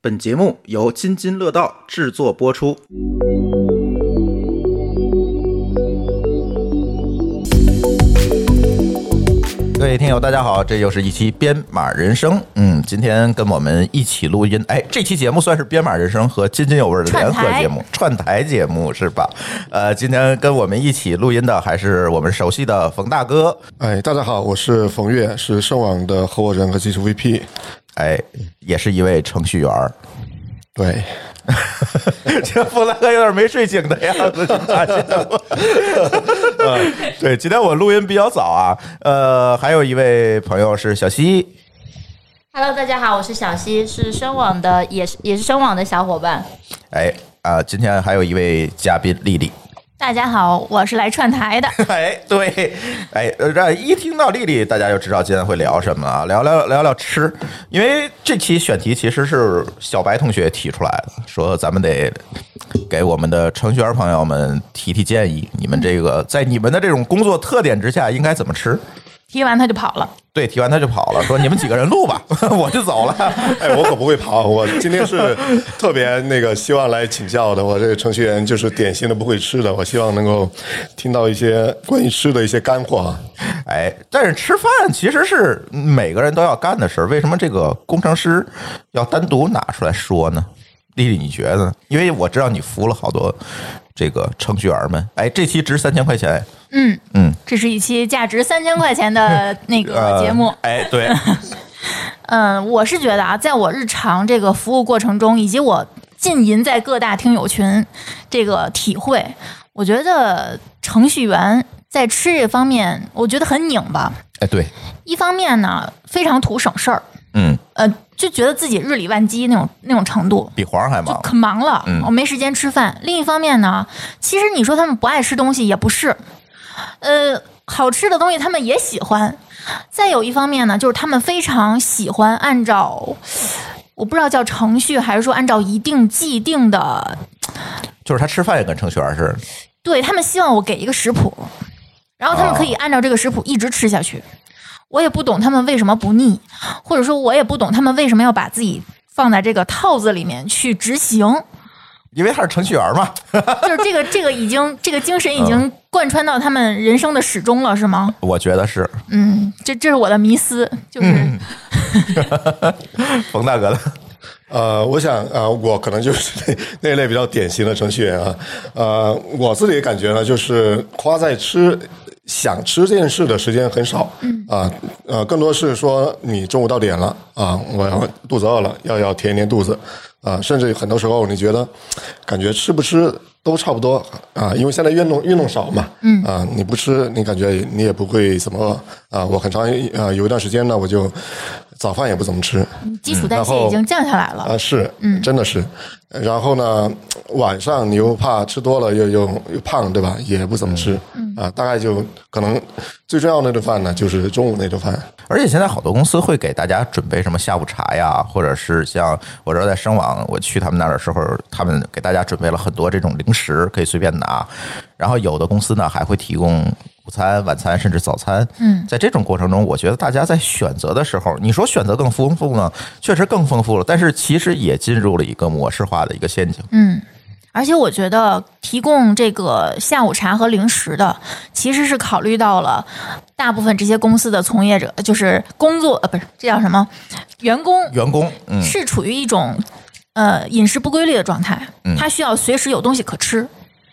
本节目由津津乐道制作播出。各位听友，大家好，这又是一期《编码人生》。嗯，今天跟我们一起录音，哎，这期节目算是《编码人生》和津津有味的联合节目，串台节目是吧？呃，今天跟我们一起录音的还是我们熟悉的冯大哥。哎，大家好，我是冯越，是盛网的合伙人和技术 VP。哎，也是一位程序员儿。对， 这冯大哥有点没睡醒的样子，你发现了吗？嗯对，今天我录音比较早啊。呃，还有一位朋友是小西。 Hello，大家好，我是小溪，是声网的，也是也是声网的小伙伴。哎啊、今天还有一位嘉宾丽 丽。大家好，我是来串台的。哎，对，哎，呃这一听到丽丽，大家就知道今天会聊什么了，聊聊聊聊吃，因为这期选题其实是小白同学提出来的，说咱们得给我们的程序员朋友们提提建议，你们这个在你们的这种工作特点之下应该怎么吃。踢完他就跑了，对，提完他就跑了，说你们几个人录吧， 我就走了。哎，我可不会跑，我今天是特别那个希望来请教的。我这个程序员就是典型的不会吃的，我希望能够听到一些关于吃的一些干货啊。哎，但是吃饭其实是每个人都要干的事儿，为什么这个工程师要单独拿出来说呢？丽丽，你觉得呢？因为我知道你服务了好多这个程序员们。哎，这期值三千块钱。这是一期价值三千块钱的那个呃，节目。哎， 对，嗯，我是觉得啊，在我日常这个服务过程中，以及我浸淫在各大听友群这个体会，我觉得程序员在吃这方面，我觉得很拧巴。哎，对，一方面呢，非常图省事儿，嗯，呃，就觉得自己日理万机那种那种程度。比皇上还忙。可忙了，哦嗯我没时间吃饭。另一方面呢，其实你说他们不爱吃东西也不是，呃，好吃的东西他们也喜欢。再有一方面呢，就是他们非常喜欢按照，我不知道叫程序还是说按照一定既定的，就是他吃饭也跟程序员似的。对他们希望我给一个食谱，然后他们哦可以按照这个食谱一直吃下去。我也不懂他们为什么不腻，或者说我也不懂他们为什么要把自己放在这个套子里面去执行。因为他是程序员嘛，就是这个这个已经这个精神已经贯穿到他们人生的始终了，是吗？我觉得是嗯，这这是我的迷思，就是、冯大哥的。呃，我想，呃，我可能就是 那那一类比较典型的程序员啊。呃，我自己的感觉呢，就是花在吃。想吃这件事的时间很少，啊、呃，更多是说你中午到点了啊、我要肚子饿了，要要填一填肚子，啊、甚至很多时候你觉得，感觉吃不吃都差不多啊、因为现在运动运动少嘛，嗯，啊、你不吃，你感觉你也不会怎么饿啊、我很长啊、有一段时间呢，我就早饭也不怎么吃，基础代然后谢已经降下来了。啊，是，嗯，真的是。然后呢，晚上你又怕吃多了又又又胖，对吧？也不怎么吃，啊，大概就可能最重要的那顿饭呢，就是中午那顿饭。而且现在好多公司会给大家准备什么下午茶呀，或者是像我知道在声网，我去他们那儿的时候，他们给大家准备了很多这种零食，可以随便拿。然后有的公司呢还会提供午餐、晚餐甚至早餐。嗯，在这种过程中，我觉得大家在选择的时候，你说选择更丰富呢，确实更丰富了，但是其实也进入了一个模式化的一个陷阱。而且我觉得提供这个下午茶和零食的，其实是考虑到了大部分这些公司的从业者，就是工作呃不是这叫什么员工员工，嗯，是处于一种呃饮食不规律的状态，他需要随时有东西可吃，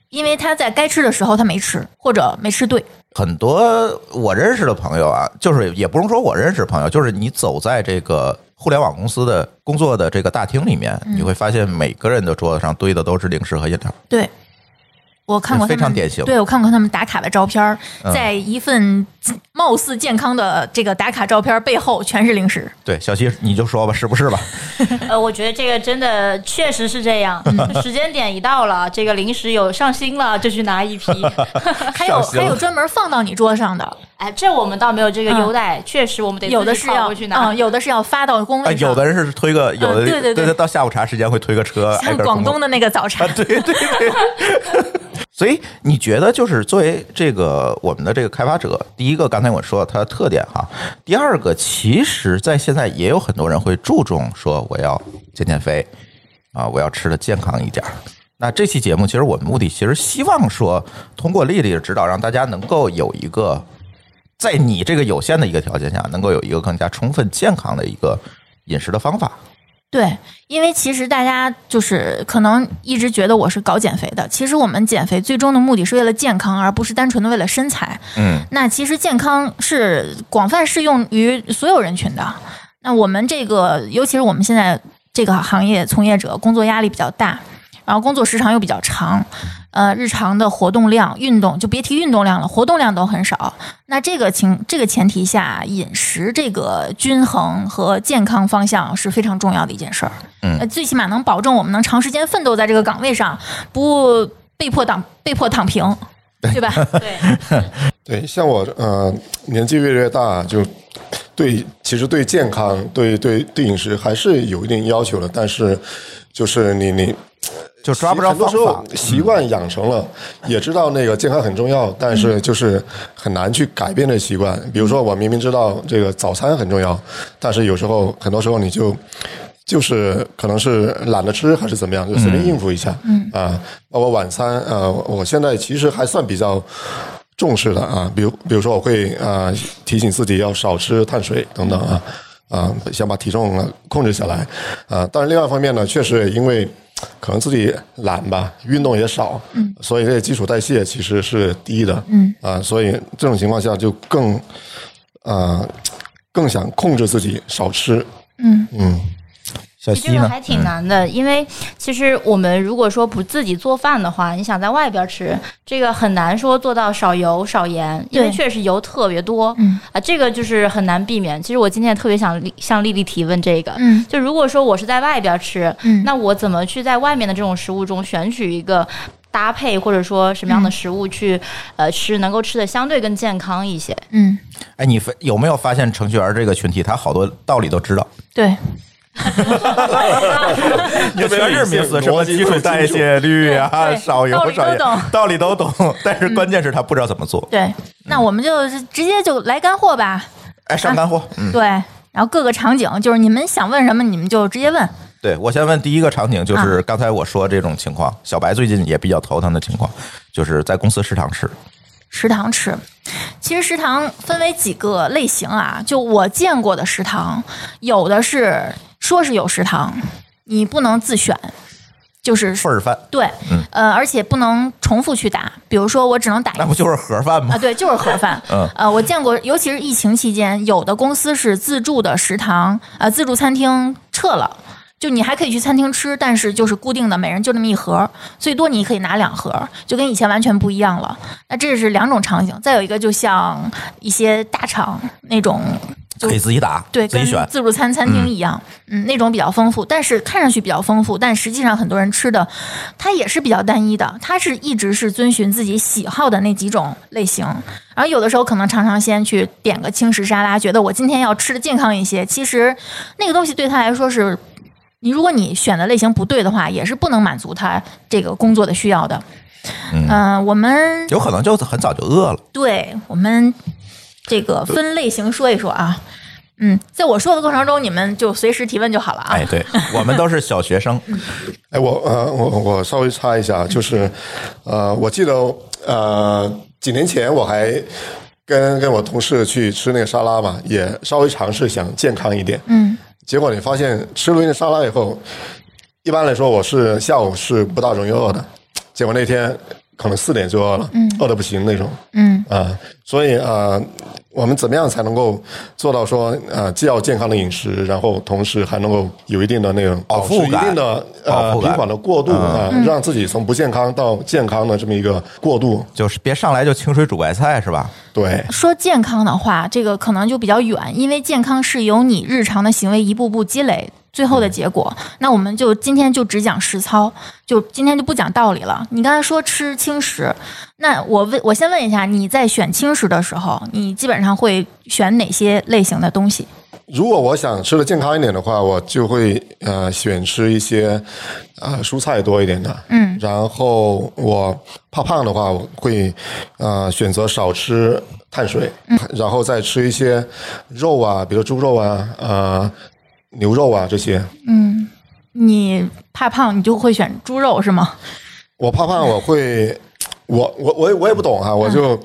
因为他在该吃的时候他没吃或者没吃对。很多我认识的朋友啊，就是也不用说我认识朋友，就是你走在这个互联网公司的工作的这个大厅里面，你会发现每个人的桌子上堆的都是零食和饮料。对，我看过他非们常典型对我看过他们打卡的照片儿，嗯在一份貌似健康的这个打卡照片儿背后全是零食。 对，小西你就说吧，是不 是吧？ 呃，我觉得这个真的确实是这样，就时间点一到了，这个零食有上新了就去拿一 批。还有上行还有专门放到你桌上的，哎，这我们倒没有这个优待，确实我们得有的自己是跑要过去拿。嗯，有的是要发到工啊，位上，有的人是推个，有的、嗯对对对到下午茶时间会推个车，挨像个广东的的那个早茶啊，，对对对， 所以你觉得，就是作为这个我们的这个开发者，第一个刚才我说了它的特点哈，第二个，其实在现在也有很多人会注重说我要减减肥啊，我要吃的健康一点儿。那这期节目，其实我们目的其实希望说，通过丽丽的指导，让大家能够有一个在你这个有限的一个条件下，能够有一个更加充分健康的一个饮食的方法。对，因为其实大家就是可能一直觉得我是搞减肥的，其实我们减肥最终的目的是为了健康，而不是单纯的为了身材。嗯，那其实健康是广泛适用于所有人群的。那我们这个，尤其是我们现在这个行业从业者，工作压力比较大，然后工作时长又比较长，呃，日常的活动量、运动就别提运动量了，活动量都很少。那这个情这个前提下，饮食这个均衡和健康方向是非常重要的一件事儿。嗯呃，最起码能保证我们能长时间奋斗在这个岗位上，不被迫躺被迫躺平，对吧？对，对，像我呃，年纪越来越大，就对其实对健康、对对对饮食还是有一定要求的，但是就是你你就抓不着很多方时候法。嗯习惯养成了，也知道那个健康很重要，但是就是很难去改变这习惯。比如说，我明明知道这个早餐很重要，但是有时候很多时候你就。就是可能是懒得吃还是怎么样，就随便应付一下。嗯啊，包括晚餐啊，我现在其实还算比较重视的啊，比如比如说我会啊、提醒自己要少吃碳水等等啊啊、想把体重啊控制下来啊、但是另外一方面呢，确实也因为可能自己懒吧，运动也少，嗯，所以这基础代谢其实是低的，嗯啊、所以这种情况下就更啊、更想控制自己少吃，嗯嗯。呃小其实西这个呢？还挺难的，因为其实我们如果说不自己做饭的话，你想在外边吃，这个很难说做到少油少盐，因为对确实油特别多，嗯啊，这个就是很难避免。其实我今天也特别想立向丽丽提问这个，嗯就如果说我是在外边吃，嗯那我怎么去在外面的这种食物中选取一个搭配，或者说什么嗯样的食物去、呃吃，能够吃的相对更健康一些？嗯，哎，你发有没有发现程序员这个群体，他好多道理都知道，对。 就全是名词，什么逻辑基础代谢率对啊、对少油道理都少盐懂，嗯道理都懂，但是关键是他不知道怎么做。对，那嗯我们就是直接就来干货吧。哎，上干货，嗯，对，然后各个场景就是你们想问什么，你们就直接问。对我先问第一个场景，啊就是刚才我说这种情况，小白最近也比较头疼的情况，就是在公司食堂吃，食堂吃，其实食堂分为几个类型啊。就我见过的食堂，有的是说是有食堂，你不能自选，就是份儿饭，对嗯，呃，而且不能重复去打。比如说，我只能打一那不就是盒饭吗啊，？对，就是盒饭。嗯呃，我见过，尤其是疫情期间，有的公司是自助的食堂，呃，自助餐厅撤了。就你还可以去餐厅吃，但是就是固定的，每人就那么一盒，最多你可以拿两盒，就跟以前完全不一样了。那这是两种场景，再有一个就像一些大厂那种，就可以自己打，对，自己跟选。自助餐餐厅一样，嗯那种比较丰富，但是看上去比较丰富，但实际上很多人吃的它也是比较单一的，它是一直是遵循自己喜好的那几种类型。然后有的时候可能常常先去点个轻食沙拉，觉得我今天要吃的健康一些，其实那个东西对他来说是。你如果你选的类型不对的话，也是不能满足他这个工作的需要的。嗯呃我们有可能就很早就饿了，对我们这个分类型说一说啊。嗯，在我说的过程中，你们就随时提问就好了啊。哎，对我们都是小学生， 哎，我呃，我我稍微插一下，就是，呃，我记得呃，几年前我还跟跟我同事去吃那个沙拉嘛，也稍微尝试想健康一点，嗯，结果你发现吃了那个沙拉以后，一般来说我是下午是不大容易饿的，结果那天可能四点就饿了，饿的不行那种，嗯啊、所以啊、呃我们怎么样才能够做到说啊、呃既要健康的饮食，然后同时还能够有一定的那种饱腹保持一感定的饱呃腹平感缓的过渡啊、让自己从不健康到健康的这么一个过渡，就是别上来就清水煮白菜是吧？对。说健康的话，这个可能就比较远，因为健康是由你日常的行为一步步积累最后的结果。那我们就今天就只讲实操，就今天就不讲道理了。你刚才说吃轻食，那我问，我先问一下，你在选轻食的时候，你基本上会选哪些类型的东西？如果我想吃的健康一点的话，我就会呃选吃一些呃蔬菜多一点的，嗯，然后我怕胖的话，我会呃选择少吃碳水，然后再吃一些肉啊，比如猪肉啊，呃牛肉啊这些。嗯你怕胖，你就会选猪肉是吗？我怕胖，我会，我我我也我也不懂哈、我就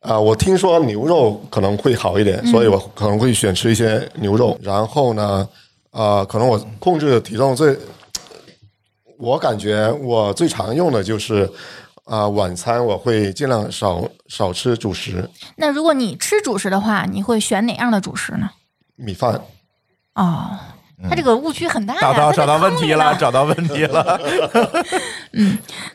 啊、我听说牛肉可能会好一点，所以我可能会选吃一些牛肉。然后呢，啊，可能我控制体重最，我感觉我最常用的就是啊、晚餐我会尽量少少吃主食、那如果你吃主食的话，你会选哪样的主食呢？米饭。哦，它这个误区哎很大呀。嗯找它到在找到汤问题里了，呢找到问题了。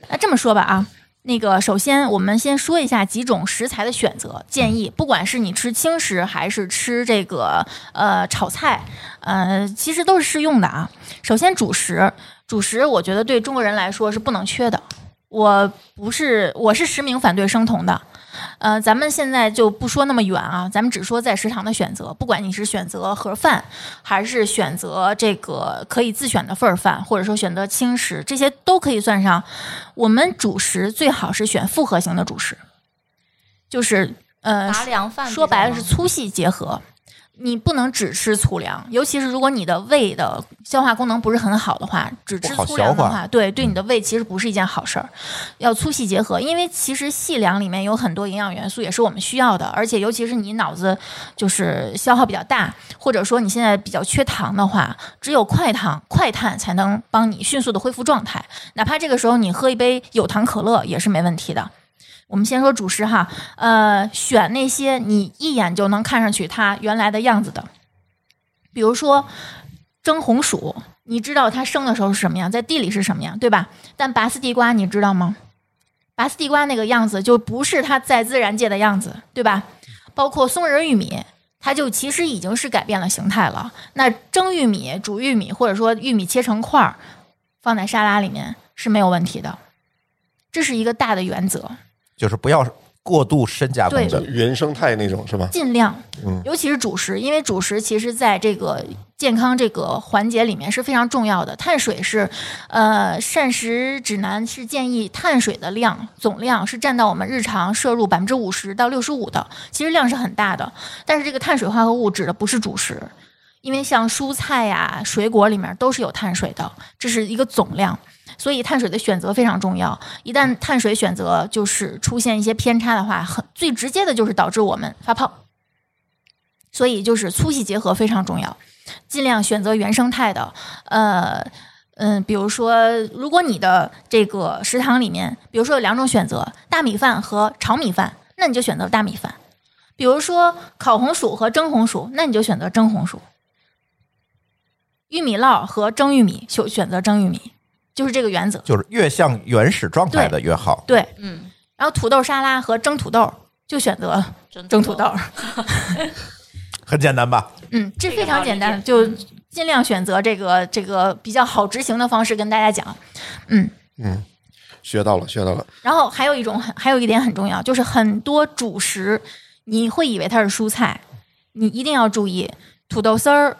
那这么说吧啊，那个首先我们先说一下几种食材的选择建议，不管是你吃轻食还是吃这个呃炒菜，呃，其实都是适用的啊。首先主食，主食我觉得对中国人来说是不能缺的。我不是，我是实名反对生酮的。呃，咱们现在就不说那么远啊，咱们只说在食堂的选择，不管你是选择盒饭，还是选择这个可以自选的份儿饭，或者说选择轻食，这些都可以算上。我们主食最好是选复合型的主食，就是呃，杂粮饭说白了是这种吗粗细结合。你不能只吃粗粮，尤其是如果你的胃的消化功能不是很好的话，只吃不好粗粮的消化嗯话，对对你的胃其实不是一件好事儿。要粗细结合，因为其实细粮里面有很多营养元素，也是我们需要的。而且尤其是你脑子就是消耗比较大，或者说你现在比较缺糖的话，只有快糖、快碳才能帮你迅速的恢复状态。哪怕这个时候你喝一杯有糖可乐也是没问题的。我们先说主食哈，呃，选那些你一眼就能看上去它原来的样子的，比如说蒸红薯，你知道它生的时候是什么样，在地里是什么样，对吧？但拔丝地瓜你知道吗？拔丝地瓜那个样子就不是它在自然界的样子，对吧？包括松仁玉米，它就其实已经是改变了形态了。那蒸玉米、煮玉米，或者说玉米切成块儿放在沙拉里面是没有问题的，这是一个大的原则。就是不要过度深加工对的。原生态那种是吧？尽量，尤其是主食，因为主食其实在这个健康这个环节里面是非常重要的。碳水是，呃，膳食指南是建议碳水的量总量是占到我们日常摄入百分之五十到六十五的，其实量是很大的。但是这个碳水化合物指的不是主食，因为像蔬菜呀、水果里面都是有碳水的，这是一个总量。所以碳水的选择非常重要。一旦碳水选择就是出现一些偏差的话，很最直接的就是导致我们发胖。所以就是粗细结合非常重要，尽量选择原生态的。呃，嗯，比如说，如果你的这个食堂里面，比如说有两种选择，大米饭和炒米饭，那你就选择大米饭；比如说烤红薯和蒸红薯，那你就选择蒸红薯；玉米烙和蒸玉米就选择蒸玉米，就是这个原则。就是越像原始状态的越好。对，嗯，然后土豆沙拉和蒸土豆就选择蒸蒸土 豆，很简单吧？嗯，这这非个常好简理单，解嗯就尽量选择这个这个比较好执行的方式跟大家讲。学到了，学到了。然后还有一种很，还有一点很重要，就是很多主食你会以为它是蔬菜，你一定要注意土豆丝儿，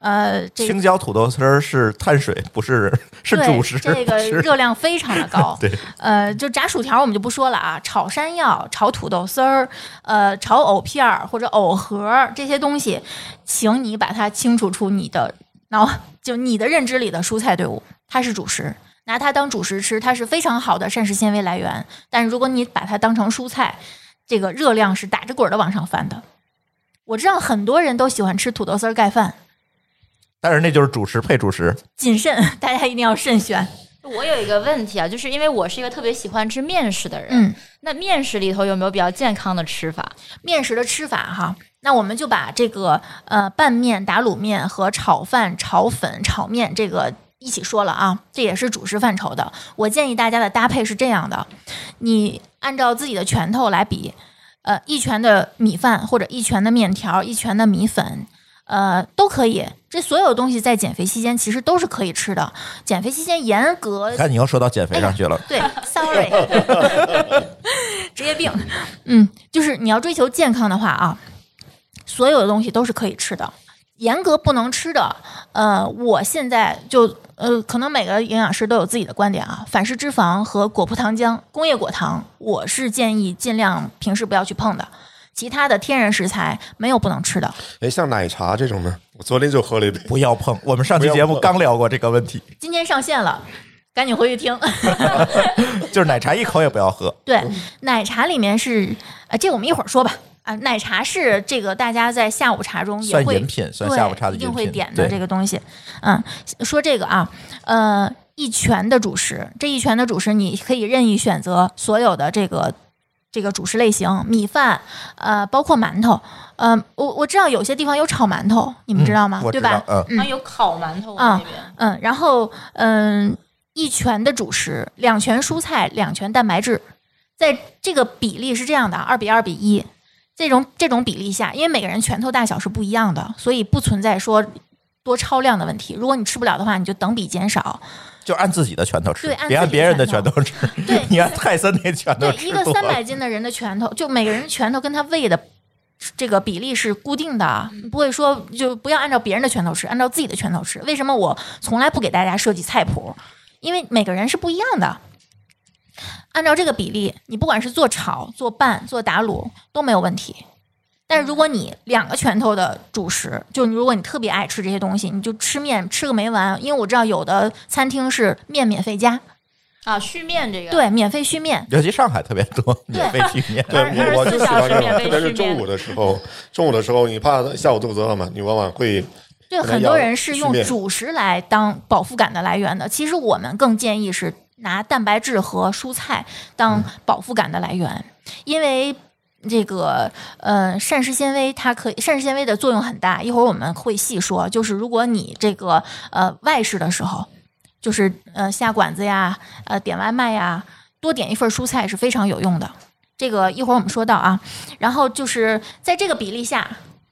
呃，这个青椒土豆丝儿是碳水，不是是对主食，这不个是。热量非常的高对，呃，就炸薯条我们就不说了啊，炒山药、炒土豆丝儿、呃，炒藕片儿或者藕盒儿这些东西，请你把它清除出你的脑，就你的认知里的蔬菜队伍，它是主食。拿它当主食吃，它是非常好的膳食纤维来源。但如果你把它当成蔬菜，这个热量是打着滚儿的往上翻的。我知道很多人都喜欢吃土豆丝儿盖饭，但是那就是主食配主食。谨慎， 大家一定要慎选。我有一个问题啊，就是因为我是一个特别喜欢吃面食的人，嗯，那面食里头有没有比较健康的吃法？面食的吃法哈，那我们就把这个呃拌面、打卤面和炒饭、炒粉、炒面这个一起说了啊，这也是主食范畴的。我建议大家的搭配是这样的：你按照自己的拳头来比，呃，一拳的米饭或者一拳的面条，一拳的米粉。呃，都可以，这所有东西在减肥期间其实都是可以吃的。减肥期间严格你看你又说到减肥上去了，对，sorry，职业病。嗯，就是你要追求健康的话啊，所有的东西都是可以吃的。严格不能吃的，呃，我现在就呃，可能每个营养师都有自己的观点啊。反式脂肪和果葡糖浆、工业果糖，我是建议尽量平时不要去碰的。其他的天然食材没有不能吃的。哎，像奶茶这种呢，我昨天就喝了一杯。不要碰。我们上期节目刚聊过这个问题，今天上线了，赶紧回去听。就是奶茶一口也不要喝。对，奶茶里面是呃，这我们一会儿说吧。啊，奶茶是这个大家在下午茶中也算会饮品算下午茶的对一定饮会品点的对这个东西。嗯，说这个啊，呃，一拳的主食，这一拳的主食你可以任意选择所有的这个这个主食类型，米饭，呃，包括馒头。呃，我我知道有些地方有炒馒头，你们知道吗？我对知吧道，？嗯，嗯啊，有烤馒头啊那边，嗯，然后嗯，一拳的主食，两拳蔬菜，两拳蛋白质，在这个比例是这样的，啊二比二比一，这种这种比例下，因为每个人拳头大小是不一样的，所以不存在说多超量的问题。如果你吃不了的话，你就等比减少。就按自己的拳头吃对，按别按自己别的人的拳拳头吃。对 你按泰森那拳头对，吃 一个多三了百斤的人的拳头，就每个人拳头跟他胃的这个比例是固定的，你不会说就不要按照别人的拳头吃，按照自己的拳头吃。为什么我从来不给大家设计菜谱？因为每个人是不一样的。按照这个比例，你不管是做炒、做拌、做打卤都没有问题。但是如果你两个拳头的主食，就如果你特别爱吃这些东西，你就吃面吃个没完。因为我知道有的餐厅是面免费加，啊，续面这个，对，免费续面，尤其上海特别多免费体 验。对， 24我我就喜欢小时这免种，费特别是续中面午的时候， 中午的时候你怕下午肚子饿嘛，你往往会对，可能很多要人是训用练主食来当饱腹感的来源的。其实我们更建议是拿蛋白质和蔬菜嗯当饱腹感的来源，因为这个呃膳食纤维它可以膳食纤维的作用很大，一会儿我们会细说。就是如果你这个呃外食的时候，就是呃下馆子呀，呃点外卖呀，多点一份蔬菜是非常有用的。这个一会儿我们说到啊，然后就是在这个比例下，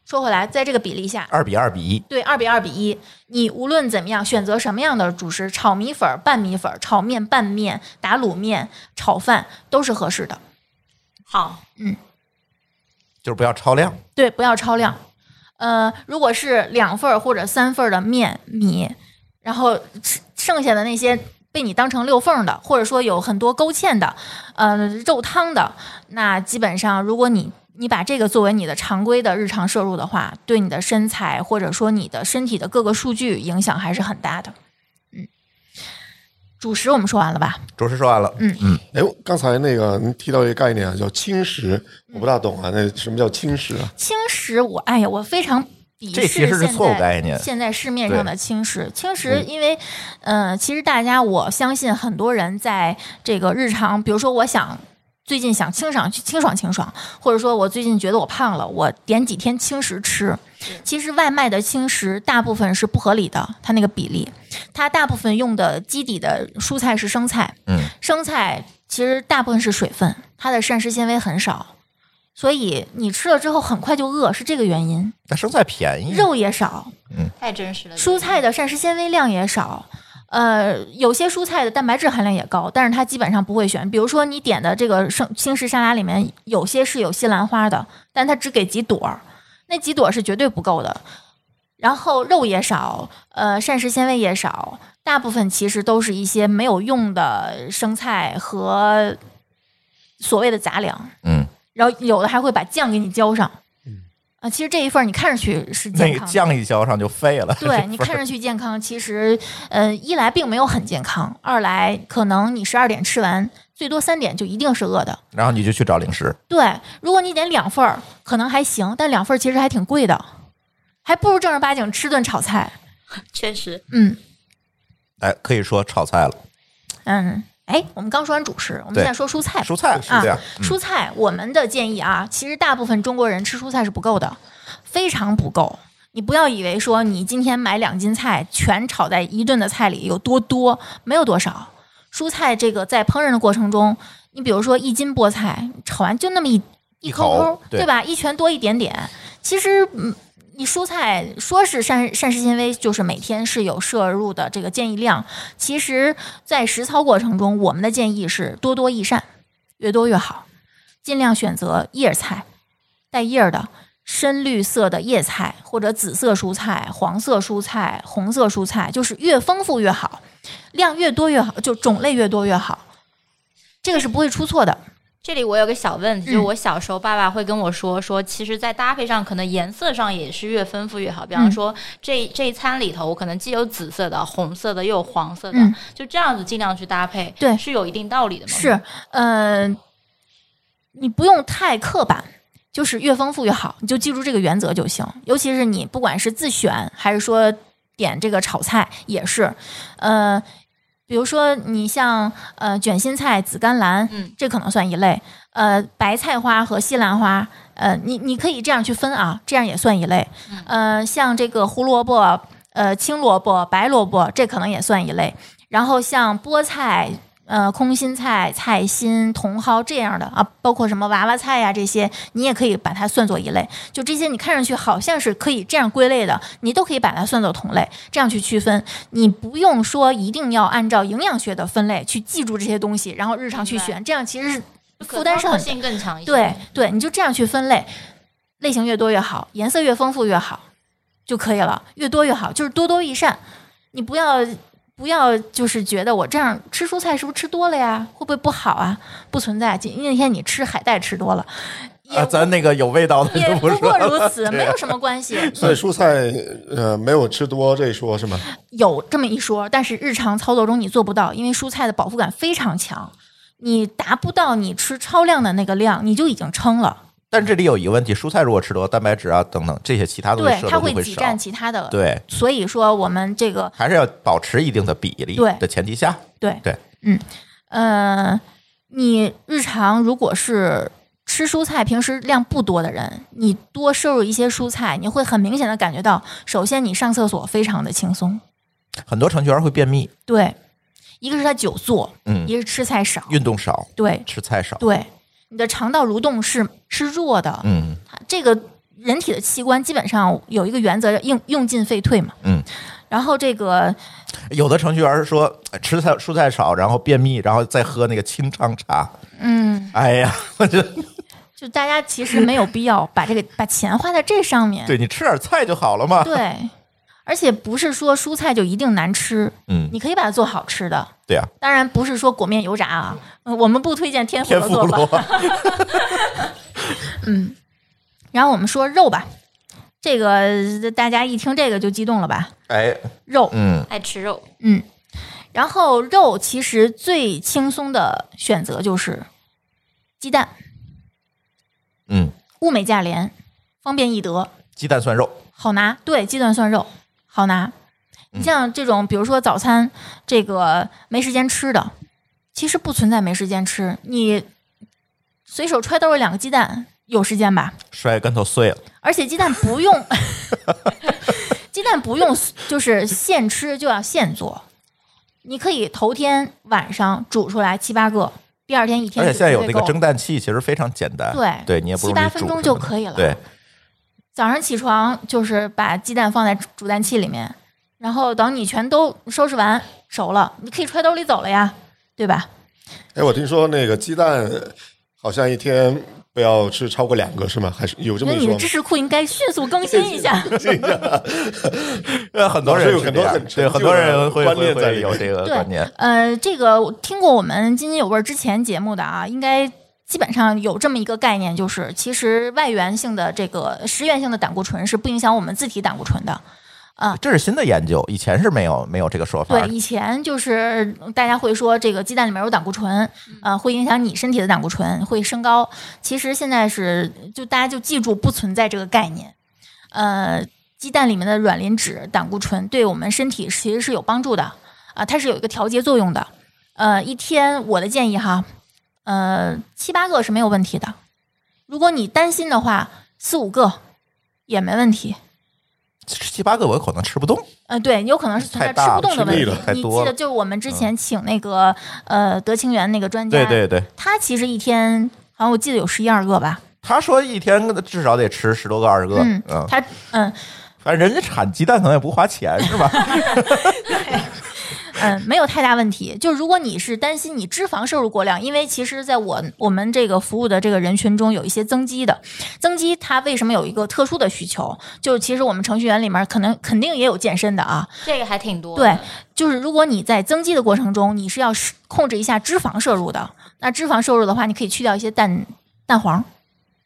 说回来，在这个比例下，二比二比一，对，二比二比一。你无论怎么样选择什么样的主食，炒米粉儿、拌米粉儿、炒面、拌面、打卤面、炒饭都是合适的。好，就是不要超量。对，不要超量。呃，如果是两份儿或者三份儿的面米，然后吃剩下的那些被你当成六缝儿的，或者说有很多勾芡的，呃，肉汤的，那基本上如果你你把这个作为你的常规的日常摄入的话，对你的身材或者说你的身体的各个数据影响还是很大的。嗯，主食我们说完了吧？主持说完了，嗯嗯，哎，我刚才那个您提到一个概念啊，叫轻食，我不大懂啊，那什么叫轻食啊？轻食我，哎呀，我非常鄙这视其现实在是错误概念现在市面上的轻食，轻食，因为，呃，其实大家我相信很多人在这个日常，比如说我想。最近想清爽清爽清爽，或者说我最近觉得我胖了，我点几天轻食吃。其实外卖的轻食大部分是不合理的，它那个比例，它大部分用的基底的蔬菜是生菜，嗯，生菜其实大部分是水分，它的膳食纤维很少，所以你吃了之后很快就饿，是这个原因。那生菜便宜，肉也少，太真实了。蔬菜的膳食纤维量也少。呃，有些蔬菜的蛋白质含量也高，但是它基本上不会选。比如说你点的这个生轻食沙拉里面，有些是有西兰花的，但它只给几朵儿，那几朵儿是绝对不够的。然后肉也少，呃，膳食纤维也少，大部分其实都是一些没有用的生菜和所谓的杂粮。嗯，然后有的还会把酱给你浇上。啊，其实这一份儿你看上去是健那个康的，酱一浇上就废了。 对你看上去健康，其实呃，一来并没有很健康，二来可能你十二点吃完，最多三点就一定是饿的。然后你就去找零食，对，如果你点两份儿，可能还行，但两份儿其实还挺贵的，还不如正儿八经吃顿炒菜。确实，嗯哎，可以说炒菜了，嗯，哎，我们刚说完主食，我们对现在说蔬菜吧。蔬菜是啊这样，嗯蔬菜，我们的建议啊，其实大部分中国人吃蔬菜是不够的，非常不够。你不要以为说你今天买两斤菜，全炒在一顿的菜里有多多，没有多少。蔬菜这个在烹饪的过程中，你比如说一斤菠菜，炒完就那么一一抠口抠，对对吧？一拳多一点点，其实嗯。你蔬菜说是膳膳食纤维，就是每天是有摄入的这个建议量。其实，在实操过程中，我们的建议是多多益善，越多越好，尽量选择叶菜，带叶儿的，深绿色的叶菜，或者紫色蔬菜、黄色蔬菜、红色蔬菜，就是越丰富越好，量越多越好，就种类越多越好，这个是不会出错的。这里我有个小问题，就是嗯我小时候爸爸会跟我说，说其实，在搭配上，可能颜色上也是越丰富越好。比嗯方说，这这一餐里头，我可能既有紫色的、红色的，又有黄色的，嗯就这样子尽量去搭配，对是有一定道理的嘛。是，嗯、你不用太刻板，就是越丰富越好，你就记住这个原则就行。尤其是你不管是自选还是说点这个炒菜，也是，呃，比如说你像呃卷心菜、紫甘蓝，嗯这可能算一类，呃，白菜花和西兰花。呃，你你可以这样去分啊，这样也算一类。嗯呃，像这个胡萝卜、呃青萝卜、白萝卜，这可能也算一类。然后像菠菜、呃空心菜、菜心、茼蒿这样的啊，包括什么娃娃菜呀、这些，你也可以把它算作一类。就这些你看上去好像是可以这样归类的，你都可以把它算作同类，这样去区分。你不用说一定要按照营养学的分类去记住这些东西，然后日常去明白选，这样其实是就可负担是操作很性更强一些。对对，你就这样去分类，类型越多越好，颜色越丰富越好就可以了，越多越好，就是多多益善。你不要不要就是觉得我这样吃蔬菜是不是吃多了呀？会不会不好啊？不存在，今那天你吃海带吃多了，也啊，咱那个有味道的也就不不说过了。啊如此，没有什么关系。所以蔬菜呃没有吃多这一说是吗？有这么一说，但是日常操作中你做不到，因为蔬菜的饱腹感非常强，你达不到你吃超量的那个量，你就已经撑了。但这里有一个问题，蔬菜如果吃多，蛋白质啊等等这些其他东西对，摄它入就会挤少。占其他的。，对，所以说我们这个还是要保持一定的比例对的前提下。对对，嗯，呃，你日常如果是吃蔬菜，平时量不多的人，你多摄入一些蔬菜，你会很明显的感觉到，首先你上厕所非常的轻松，很多程序员会便秘，对，一个是他久坐，嗯一个是吃菜少，运动少，对吃菜少，对，你的肠道蠕动是是弱的，嗯，这个人体的器官基本上有一个原则，用用进废退嘛，嗯，然后这个有的程序员说哎吃菜蔬菜少，然后便秘，然后再喝那个清汤茶。嗯。哎呀，我觉得就大家其实没有必要把这个把钱花在这上面。对你吃点菜就好了嘛。对而且不是说蔬菜就一定难吃，嗯，你可以把它做好吃的。对啊，当然不是说裹面油炸啊，呃我们不推荐天妇天罗妇做罗法。然后我们说肉吧，这个大家一听这个就激动了吧？哎，肉，嗯，爱吃肉，嗯，然后肉其实最轻松的选择就是鸡蛋，嗯，物美价廉，方便易得。鸡蛋涮肉，好拿，对，鸡蛋涮肉好拿。嗯你像这种，比如说早餐这个没时间吃的，其实不存在没时间吃，你随手揣兜里两个鸡蛋，有时间吧？摔跟头碎了。而且鸡蛋不用， 鸡蛋不用，就是现吃就要现做。你可以头天晚上煮出来七八个，第二天一而天且就现在有绝那对个够蒸蛋器，其实非常简单。对对你也不七用八去分煮钟什就么的可以了对，早上起床就是把鸡蛋放在煮蛋器里面，然后等你全都收拾完熟了，你可以揣兜里走了呀，对吧？哎，我听说那个鸡蛋呃好像一天不要吃超过两个是吗？还是有这么那一说你的吗知？识库应该迅速更新一下。 呃，很多老师人有是很这多样很陈对很旧多的人会观会念在会里有面这个对观念。 呃，这个我听过我们津津有味儿之前节目的啊，应该基本上有这么一个概念，就是其实外源性的这个食源性的胆固醇是不影响我们自体胆固醇的。这是新的研究，以前是没有没有这个说法嗯对，的。以前就是大家会说这个鸡蛋里面有胆固醇，呃，会影响你身体的胆固醇，会升高。其实现在是就大家就记住不存在这个概念，呃，鸡蛋里面的卵磷脂、胆固醇对我们身体其实是有帮助的啊、它是有一个调节作用的。呃，一天我的建议哈，呃，七八个是没有问题的。如果你担心的话，四五个也没问题。七八个我可能吃不动。呃，对，有可能是存在太大吃了不动的吃问腻题了。太你多记得，了嗯就是我们之前请那个、呃德清源那个专家，对对对，他其实一天好像我记得有十一二个吧，他说一天至少得吃十多个二十个，嗯嗯，他嗯 反正人家产鸡蛋可能也不花钱是吧？嗯，没有太大问题。就如果你是担心你脂肪摄入过量，因为其实在我我们这个服务的这个人群中有一些增肌的，增肌它为什么有一个特殊的需求？就是其实我们程序员里面可能肯定也有健身的啊，这个还挺多的。对，就是如果你在增肌的过程中，你是要是控制一下脂肪摄入的。那脂肪摄入的话，你可以去掉一些蛋蛋黄，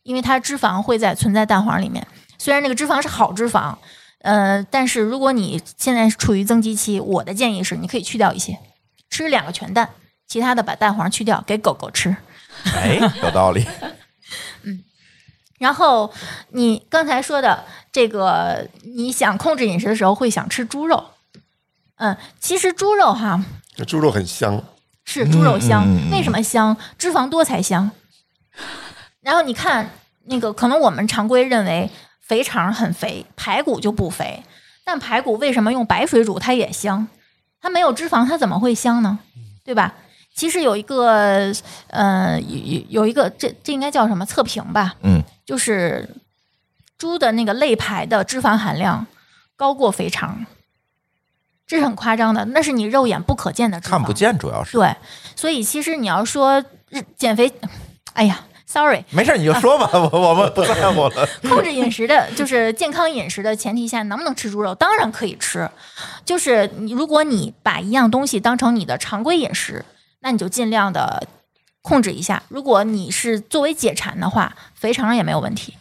因为它脂肪会在存在蛋黄里面。虽然那个脂肪是好脂肪，呃，但是如果你现在是处于增肌期，我的建议是你可以去掉一些，吃两个全蛋，其他的把蛋黄去掉给狗狗吃。哎，有道理。然后你刚才说的这个，你想控制饮食的时候会想吃猪肉，嗯，其实猪肉哈， 猪肉很香，是猪肉香，嗯嗯嗯为什么香？脂肪多才香。然后你看那个，可能我们常规认为肥肠很肥，排骨就不肥，但排骨为什么用白水煮它也香？它没有脂肪，它怎么会香呢？对吧？其实有一个，呃，有有有一个，这这应该叫什么测评吧？嗯，就是猪的那个肋排的脂肪含量高过肥肠，这是很夸张的，那是你肉眼不可见的脂肪，看不见主要是。对，所以其实你要说日减肥，哎呀，sorry，没事儿，你就说吧，我 我们不在乎了。控制饮食的，就是健康饮食的前提下，能不能吃猪肉？当然可以吃，就是你如果你把一样东西当成你的常规饮食，那你就尽量的控制一下。如果你是作为解馋的话，肥肠也没有问题。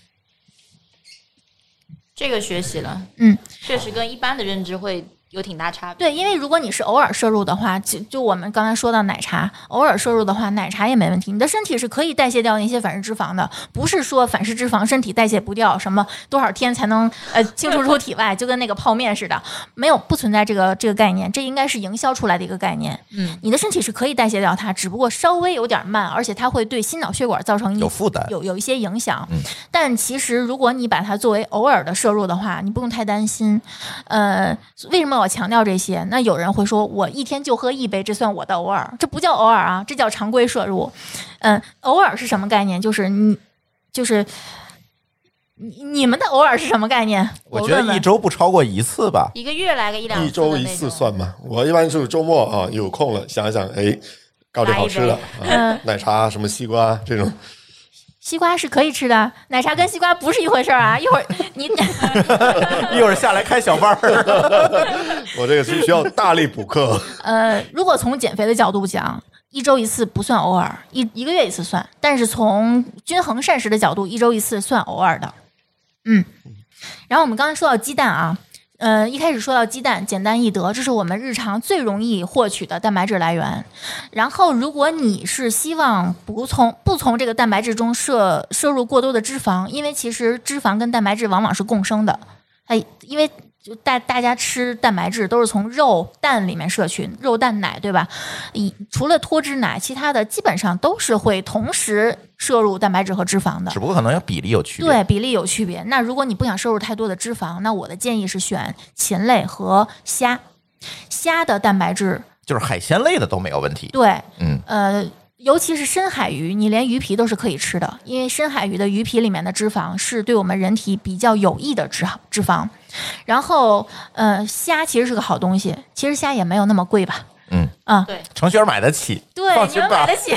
这个学习了，嗯，确实跟一般的认知会有挺大差别。对，因为如果你是偶尔摄入的话，就就我们刚才说到奶茶，偶尔摄入的话，奶茶也没问题。你的身体是可以代谢掉那些反式脂肪的，不是说反式脂肪身体代谢不掉，什么多少天才能呃清除出体外，就跟那个泡面似的，没有不存在这个这个概念，这应该是营销出来的一个概念。嗯，你的身体是可以代谢掉它，只不过稍微有点慢，而且它会对心脑血管造成一有负担有有一些影响。嗯但其实如果你把它作为偶尔的摄入的话，你不用太担心。呃，为什么我强调这些？那有人会说我一天就喝一杯，这算我的偶尔？这不叫偶尔啊，这叫常规摄入。嗯、偶尔是什么概念？就是你就是。你你们的偶尔是什么概念？我觉问得问一周不超过一次吧。一个月来个一两次一周的一那次种算吧。我一般就是周末啊，有空了想一想，哎，搞点好吃的啊嗯，奶茶什么西瓜这种，西瓜是可以吃的，奶茶跟西瓜不是一回事儿啊！一会儿你 一会儿下来开小班儿，我这个是需要大力补课。 呃，如果从减肥的角度讲，一周一次不算偶尔，一一个月一次算。但是从均衡膳食的角度，一周一次算偶尔的。嗯，然后我们刚才说到鸡蛋啊，呃，一开始说到鸡蛋，简单易得，这是我们日常最容易获取的蛋白质来源。然后，如果你是希望不从不从这个蛋白质中摄摄入过多的脂肪，因为其实脂肪跟蛋白质往往是共生的，哎，因为就大大家吃蛋白质都是从肉蛋里面摄取，肉蛋奶对吧？以除了脱脂奶，其他的基本上都是会同时摄入蛋白质和脂肪 的只。不过可能比例有区别。对，比例有区别。那如果你不想摄入太多的脂肪，那我的建议是选禽类和虾。虾的蛋白质，就是海鲜类的都没有问题。对，嗯，呃，尤其是深海鱼，你连鱼皮都是可以吃的，因为深海鱼的鱼皮里面的脂肪是对我们人体比较有益的脂脂肪。然后，呃，虾其实是个好东西，其实虾也没有那么贵吧？嗯啊，对程序员买得起，对，放你心们买吧得。 起。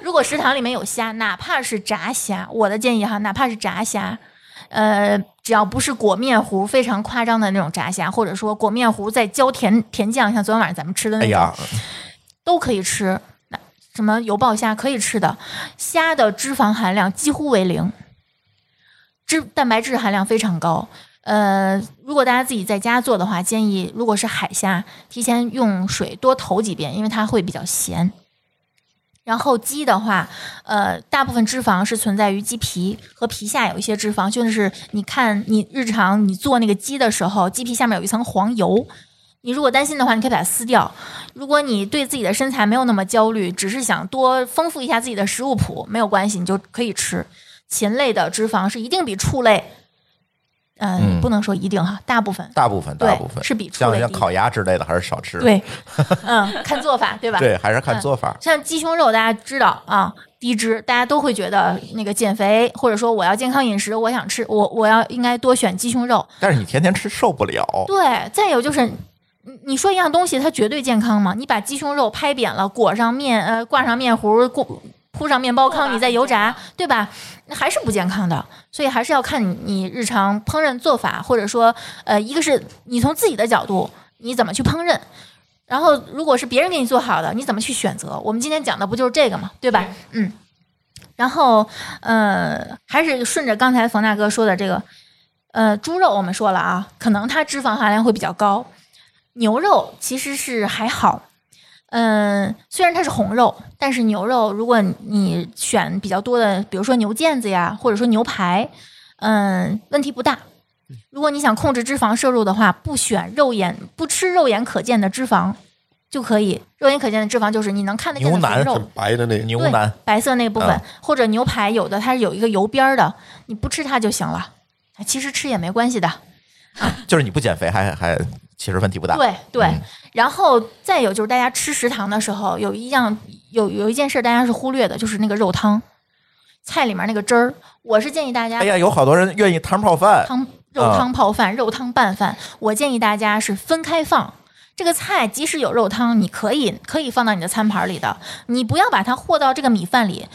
如果食堂里面有虾，哪怕是炸虾，我的建议哈，哪怕是炸虾，呃，只要不是裹面糊非常夸张的那种炸虾，或者说裹面糊再浇甜甜酱，像昨天晚上咱们吃的哎那种，呀，都可以吃。那什么油爆虾可以吃的，虾的脂肪含量几乎为零，脂蛋白质含量非常高。呃，如果大家自己在家做的话，建议如果是海虾，提前用水多投几遍，因为它会比较咸。然后鸡的话，呃，大部分脂肪是存在于鸡皮和皮下有一些脂肪，就是你看你日常你做那个鸡的时候，鸡皮下面有一层黄油，你如果担心的话，你可以把它撕掉。如果你对自己的身材没有那么焦虑，只是想多丰富一下自己的食物谱，没有关系，你就可以吃。禽类的脂肪是一定比畜类，嗯、嗯不能说一定哈，大部分大部分对大部分是比畜像类像低烤鸭之类的还是少吃。对，嗯，看做法对吧？嗯对，还是看做法。像鸡胸肉，大家知道啊，低脂，大家都会觉得那个减肥，或者说我要健康饮食，我想吃，我我要应该多选鸡胸肉。但是你天天吃受不了。对，再有就是你你说一样东西它绝对健康吗？你把鸡胸肉拍扁了，裹上面呃挂上面糊，过铺上面包做法糠，你再很油健炸康，嗯对啊吧？那还是不健康的。所以还是要看你你日常烹饪做法，或者说呃，一个是你从自己的角度你怎么去烹饪。然后，如果是别人给你做好的，你怎么去选择？我们今天讲的不就是这个嘛，对吧？嗯。然后，呃，还是顺着刚才冯大哥说的这个，呃，猪肉我们说了啊，可能它脂肪含量会比较高，牛肉其实是还好。嗯，虽然它是红肉，但是牛肉如果你选比较多的，比如说牛腱子呀，或者说牛排，嗯，问题不大。嗯如果你想控制脂肪摄入的话，不选肉眼不吃肉眼可见的脂肪就可以。肉眼可见的脂肪就是你能看得见牛的肥腩肉很，白的那个牛对腩白色那部分嗯，或者牛排，有的它是有一个油边儿的，你不吃它就行了，其实吃也没关系的。就是你不减肥还还其实问题不大。对对嗯，然后再有就是大家吃食堂的时候，有一样有有一件事大家是忽略的，就是那个肉汤，菜里面那个汁儿，我是建议大家哎呀，有好多人愿意汤泡饭，汤肉啊汤泡饭、肉汤拌饭，我建议大家是分开放。这个菜即使有肉汤，你可以可以放到你的餐盘里的，你不要把它和到这个米饭里。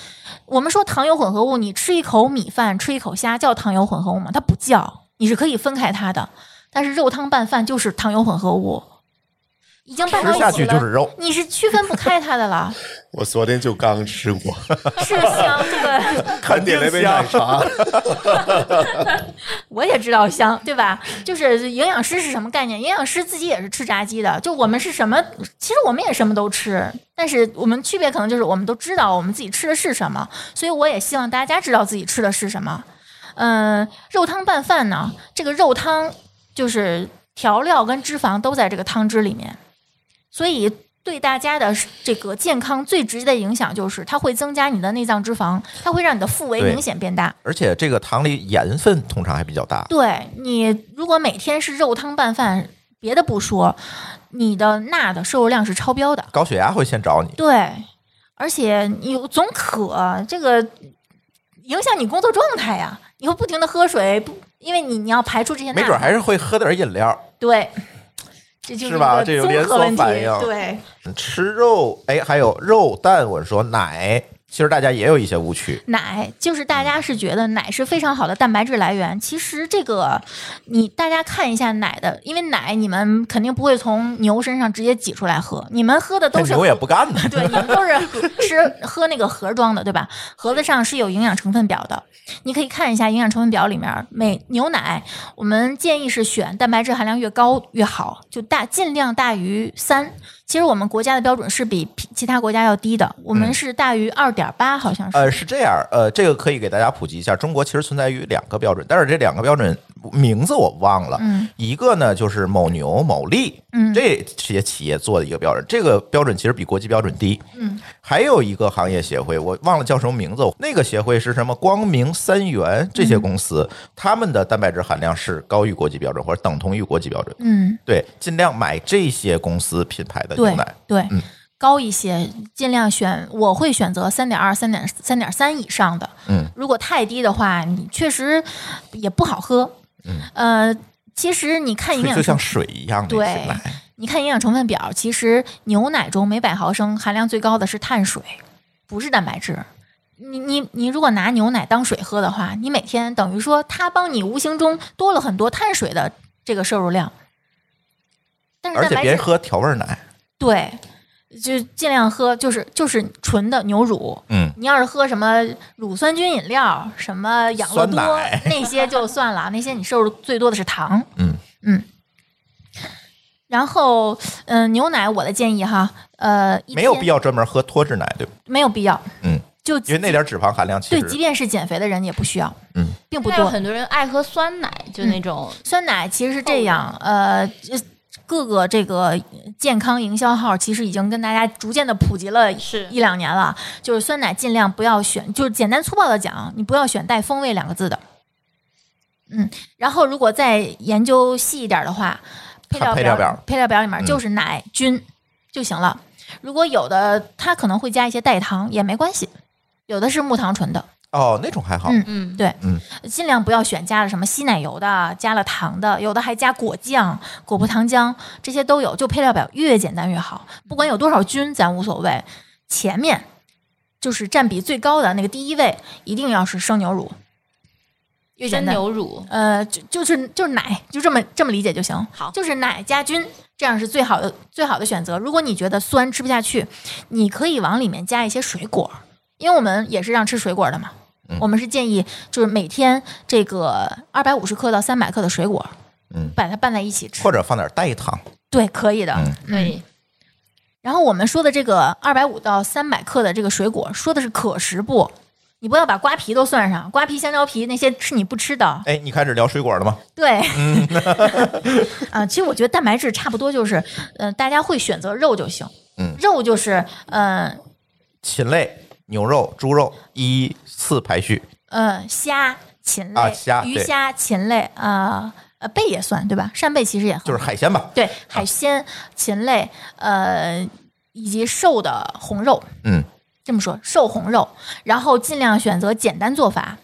我们说糖油混合物，你吃一口米饭，吃一口虾，叫糖油混合物吗？它不叫，你是可以分开它的。但是肉汤拌饭就是糖油混合物，已经拌到吃下一起去就了，是肉。你是区分不开它的了，我昨天就刚 吃过，是香对。还啊点了一杯奶茶。 我也知道香，对吧？就是营养师是什么概念？营养师自己也是吃炸鸡的，就我们是什么？其实我们也什么都吃，但是我们区别可能就是我们都知道我们自己吃的是什么，所以我也希望大家知道自己吃的是什么。嗯，肉汤拌饭呢，这个肉汤就是调料跟脂肪都在这个汤汁里面，所以对大家的这个健康最直接的影响就是它会增加你的内脏脂肪，它会让你的腹围对明显变大。而且这个糖里盐分通常还比较大，对你，如果每天是肉汤拌饭，别的不说，你的钠的摄入量是超标的。高血压会先找你。对，而且你有总渴，这个影响你工作状态呀。你会不停的喝水，不，因为你你要排出这些钠嘛，没准还是会喝点饮料，对，这就是吧一个这有综连合锁问题反应对，吃肉，哎，还有肉蛋，我说奶，其实大家也有一些误区，奶就是嗯大家是觉得奶是非常好的蛋白质来源，其实这个你大家看一下奶的，因为奶你们肯定不会从牛身上直接挤出来喝，你们喝的都是牛也不干呢。对，你们都是吃喝那个盒装的，对吧？盒子上是有营养成分表的，你可以看一下营养成分表里面，每牛奶我们建议是选蛋白质含量越高越好，就大尽量大于三。其实我们国家的标准是比其其他国家要低的，我们嗯是大于二点八，好像是。 呃，是这样，呃，这个可以给大家普及一下。中国其实存在于两个标准，但是这两个标准名字我忘了。嗯一个呢就是某牛、某利，嗯这些企业做的一个标准，这个标准其实比国际标准低。嗯，还有一个行业协会，我忘了叫什么名字，那个协会是什么？光明三元这些公司，嗯他们的蛋白质含量是高于国际标准或者等同于国际标准。嗯，对，尽量买这些公司品牌的牛对奶。对，嗯高一些，尽量选，我会选择三点二、三点三点三以上的。嗯，如果太低的话，你确实也不好喝。嗯，呃，其实你看营就养就像成，水一样的对一些奶，你看营养成分表，其实牛奶中每百毫升含量最高的是碳水，不是蛋白质。你你你如果拿牛奶当水喝的话，你每天等于说它帮你无形中多了很多碳水的这个摄入量，但是而蛋且白别质喝调味奶。对，就尽量喝，就是就是纯的牛乳。嗯，你要是喝什么乳酸菌饮料、什么养乐酸多奶那些就算了，那些你摄入最多的是糖。嗯嗯。然后，嗯、牛奶我的建议哈，呃，一没有天必要专门喝脱脂奶，对吧？没有必要，嗯，就因为那点脂肪含量其对，即实便是减肥的人也不需要，嗯，并不现在有多。很多人爱喝酸奶，就那种酸奶其实是这样，呃，这各个这个健康营销号其实已经跟大家逐渐的普及了是一两年了，就是酸奶尽量不要选，就是简单粗暴的讲，你不要选带风味两个字的。嗯，然后如果再研究细一点的话，配料看配料表嗯配料表里面就是奶、菌就行了。如果有的它可能会加一些代糖也没关系，有的是木糖醇的，哦，那种还好，嗯嗯，对，嗯尽量不要选加了什么稀奶油的，加了糖的，有的还加果酱、果葡糖浆，这些都有。就配料表越简单越好，不管有多少菌，咱无所谓。前面就是占比最高的那个第一位，一定要是生牛乳，越简真单。牛乳，呃，就就是就是奶，就这么这么理解就行。好就是奶加菌，这样是最好的最好的选择。如果你觉得酸吃不下去，你可以往里面加一些水果，因为我们也是让吃水果的嘛。嗯我们是建议就是每天这个二百五十克到三百克的水果，嗯把它拌在一起吃或，者放点代糖，对，可以的。嗯可以，然后我们说的这个二百五到三百克的这个水果，说的是可食部。你不要把瓜皮都算上，瓜皮、香蕉皮那些是你不吃的，哎，你开始聊水果了吗？对，嗯 啊，其实我觉得蛋白质差不多就是，呃，大家会选择肉就行。嗯肉就是，呃禽类、牛肉、猪肉依次排序，呃，虾、禽类、啊虾鱼对虾、禽类，呃呃，贝也算对吧？扇贝其实也很就是海鲜吧。对海鲜、禽类，呃，以及瘦的红肉，嗯，这么说，瘦红肉，然后尽量选择简单做法，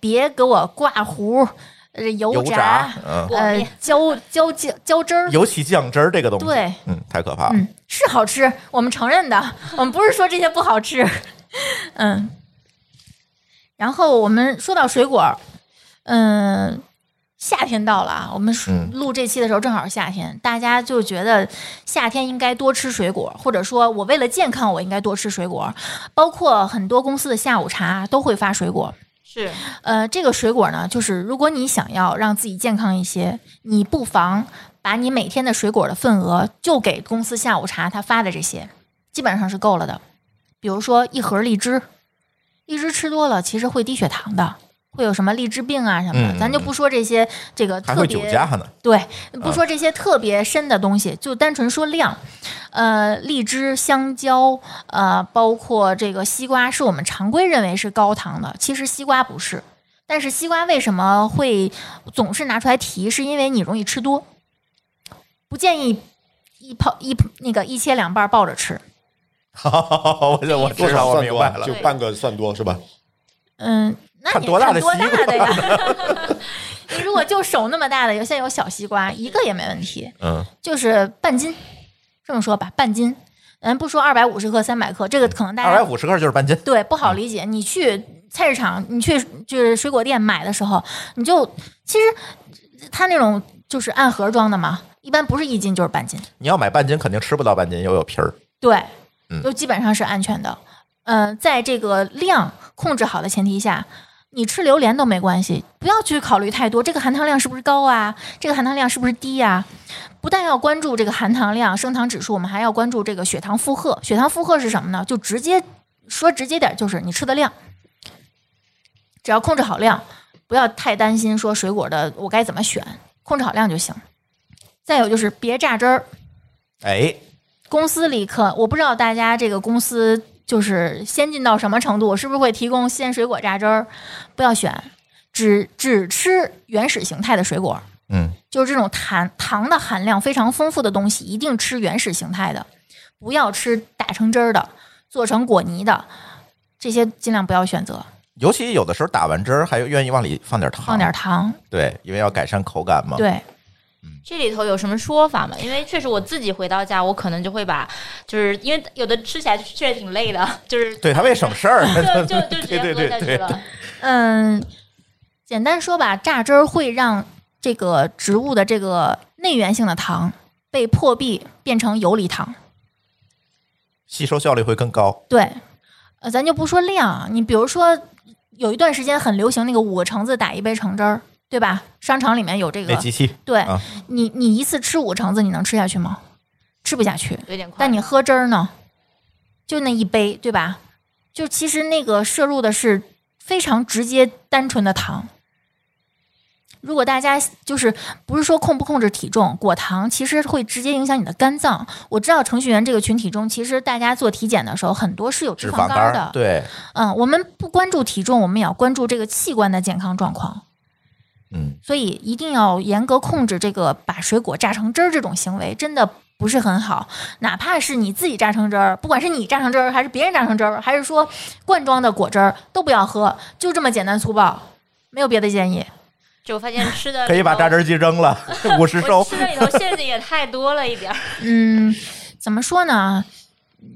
别给我挂糊、呃油油炸，嗯，过呃面浇浇酱浇 汁儿，尤其酱汁儿这个东西，对，嗯，太可怕了。嗯，是好吃，我们承认的，我们不是说这些不好吃， 嗯。然后我们说到水果，嗯，夏天到了啊，我们说嗯录这期的时候正好是夏天，大家就觉得夏天应该多吃水果，或者说我为了健康，我应该多吃水果，包括很多公司的下午茶都会发水果。是呃，这个水果呢，就是如果你想要让自己健康一些，你不妨把你每天的水果的份额就给公司下午茶他发的这些，基本上是够了的。比如说一盒荔枝，荔枝吃多了其实会低血糖的，会有什么荔枝病啊什么的，嗯咱就不说这些这个还特会别酒驾呢，对，嗯不说这些特别深的东西，就单纯说量，呃，荔枝、香蕉，呃，包括这个西瓜，是我们常规认为是高糖的，其实西瓜不是。但是西瓜为什么会总是拿出来提？是因为你容易吃多，不建议一泡一那个一切两半儿抱着吃。 我就我多至少少我算明多白啊，了就。半个算多是吧？嗯，那看你多大看的多西大瓜 的呀？你如果就手那么大的，有现在有小西瓜，一个也没问题。嗯，就是半斤，这么说吧，半斤。咱不说二百五十克、三百克，这个可能大嗯二百家五嗯十克就是半斤。对不好理解。你去菜市场，你去就是水果店买的时候，你就其实它那种就是按盒装的嘛，一般不是一斤就是半斤，你要买半斤，肯定吃不到半斤，又有皮儿。对嗯，就基本上是安全的。嗯，在这个量控制好的前提下，你吃榴莲都没关系，不要去考虑太多，这个含糖量是不是高啊？这个含糖量是不是低呀、不但要关注这个含糖量、升糖指数，我们还要关注这个血糖负荷。血糖负荷是什么呢？就直接说直接点，就是你吃的量，只要控制好量，不要太担心说水果的我该怎么选，控制好量就行。再有就是别榨汁儿，哎，公司里可我不知道大家这个公司就是先进到什么程度，是不是会提供鲜水果榨汁儿？不要选，只只吃原始形态的水果，嗯，就是这种糖糖的含量非常丰富的东西，一定吃原始形态的，不要吃打成汁儿的、做成果泥的，这些尽量不要选择，尤其有的时候打完汁儿，还愿意往里放点糖。放点糖。对，因为要改善口感嘛。，对，这里头有什么说法吗？因为确实我自己回到家，我可能就会把，就是因为有的吃起来确实挺累的， 就是对，它为省事儿。 就就 就直接对对喝下去对对了。嗯，简单说吧，榨汁儿会让这个植物的这个内源性的糖被破壁变成游离糖。吸收效率会更高。对，呃，咱就不说量啊，你比如说有一段时间很流行那个五个橙子打一杯橙汁儿，对吧？商场里面有这那个，机器对、啊你，你一次吃五个橙子，你能吃下去吗？吃不下去。有点快，但你喝汁儿呢，就那一杯，对吧？就其实那个摄入的是非常直接、单纯的糖。如果大家就是不是说控不控制体重，果糖其实会直接影响你的肝脏。我知道程序员这个群体中，其实大家做体检的时候，很多是有脂脂肪肪肝肝儿儿的。对，嗯，我们不关注体重，我们也要关注这个器官的健康状况。嗯，所以一定要严格控制这个把水果榨成汁儿这种行为，真的不是很好，哪怕是你自己榨成汁儿，不管是你榨成汁儿，还是别人榨成汁儿，还是说罐装的果汁儿，都不要喝，就这么简单粗暴，没有别的建议。就发现吃的可以把榨榨汁机扔 了，五十我收。吃的里头馅子也太多了一点儿。嗯，怎么说呢？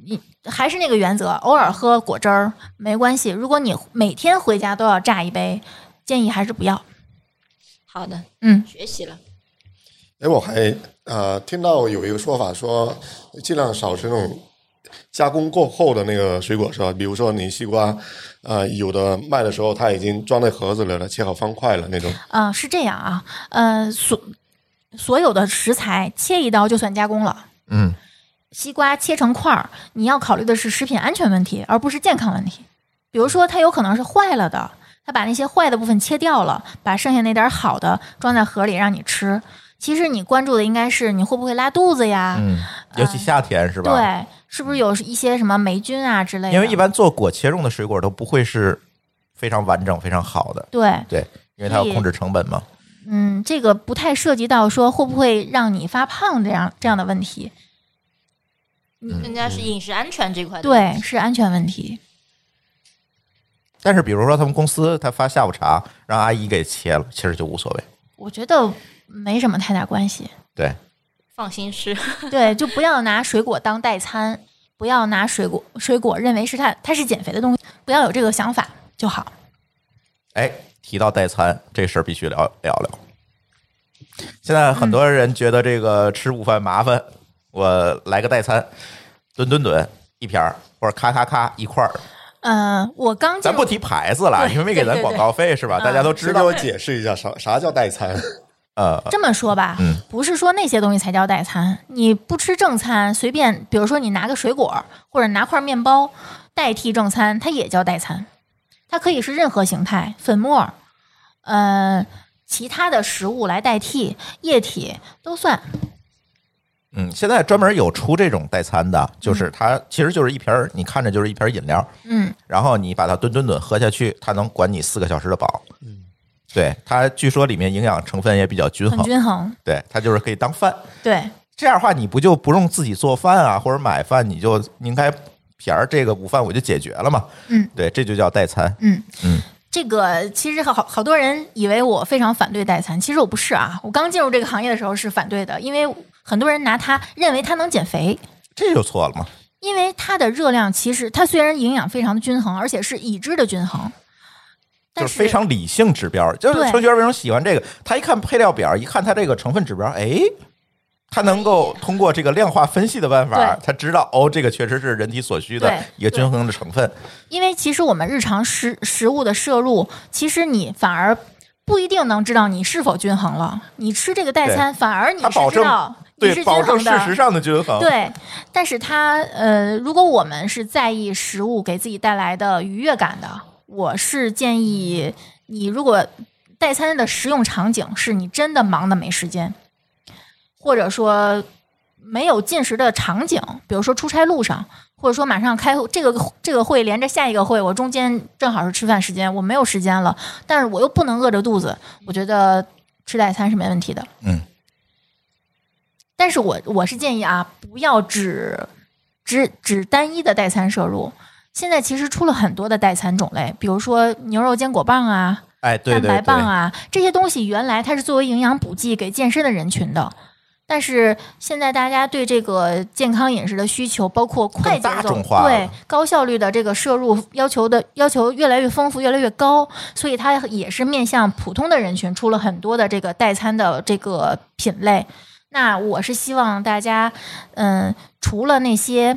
你还是那个原则，偶尔喝果汁儿没关系。如果你每天回家都要榨一杯，建议还是不要。好的，嗯，学习了。哎，我还呃听到有一个说法说，尽量少吃那种加工过后的那个水果，是吧？比如说你西瓜，呃，有的卖的时候它已经装在盒子里了，切好方块了那种。啊、是这样啊，呃，所所有的食材切一刀就算加工了。嗯，西瓜切成块儿，你要考虑的是食品安全问题，而不是健康问题。比如说，它有可能是坏了的，它把那些坏的部分切掉了，把剩下那点儿好的装在盒里让你吃。其实你关注的应该是你会不会拉肚子呀？嗯，尤其夏天是吧？。对，是不是有一些什么霉菌啊之类的？因为一般做果切用的水果都不会是非常完整、非常好的，对，对，因为它要控制成本嘛。嗯，这个不太涉及到说会不会让你发胖这样这样的问题，嗯人家是饮食安全这块的问对，题，是安全问题。但是比如说他们公司他发下午茶，让阿姨给切了，其实就无所谓。我觉得没什么太大关系。对，放心吃。对，就不要拿水果当代餐，不要拿水果水果认为是它它是减肥的东西，不要有这个想法就好。哎，提到代餐这事儿必须聊聊聊。现在很多人觉得这个吃午饭麻烦，我来个代餐，吨吨吨一瓶儿或者咔咔咔一块儿，嗯、我刚进咱不提牌子了，对因为没给咱对对嗯广告费是吧？大家都知先给道我，解释一下啥啥叫代 餐？呃，这么说吧，嗯不是说那些东西才叫代餐，你不吃正餐，随便，比如说你拿个水果或者拿块面包代替正餐，它也叫代餐，它可以是任何形态，粉末，呃，其他的食物来代替，液体都算。嗯，现在专门有出这种代餐的，就是它其实就是一瓶儿，你看着就是一瓶儿饮料，嗯，然后你把它吨吨吨喝下去，它能管你四个小时的饱。嗯，对，它据说里面营养成分也比较均很衡，均衡，对，它就是可以当饭。对，这样的话，你不就不用自己做饭啊，或者买饭，你就应该撇儿这个午饭我就解决了嘛。嗯，对，这就叫代餐。嗯嗯，这个其实好好好多人以为我非常反对代餐，其实我不是啊，我刚进入这个行业的时候是反对的，因为很多人拿它认为它能减肥。这就错了嘛。因为它的热量其实它虽然营养非常的均衡，而且是已知的均衡，就但是非常理性指标。就是对程序员为什么喜欢这个？他一看配料表，一看他这个成分指标，哎，他能够通过这个量化分析的办法，对他知道哦，这个确实是人体所需的对一个均衡的成分。因为其实我们日常食食物的摄入，其实你反而不一定能知道你是否均衡了。你吃这个代餐，反而你它保是知证道你对，是保均证衡事实的。上的均衡。对，但是它呃，如果我们是在意食物给自己带来的愉悦感的，我是建议你如果代餐的食用场景是你真的忙的没时间，或者说没有进食的场景，比如说出差路上，或者说马上开会这个这个会连着下一个会，我中间正好是吃饭时间，我没有时间了，但是我又不能饿着肚子，我觉得吃代餐是没问题的。嗯，但是我我是建议啊，不要只只只单一的代餐摄入。现在其实出了很多的代餐种类，比如说牛肉坚果棒啊，哎，对蛋对白对棒，啊，这些东西原来它是作为营养补剂给健身的人群的，但是现在大家对这个健康饮食的需求，包括快更节大奏众化了对高效率的这个摄入要求的要求越来越丰富，越来越高，所以它也是面向普通的人群出了很多的这个代餐的这个品类。那我是希望大家，嗯，除了那些。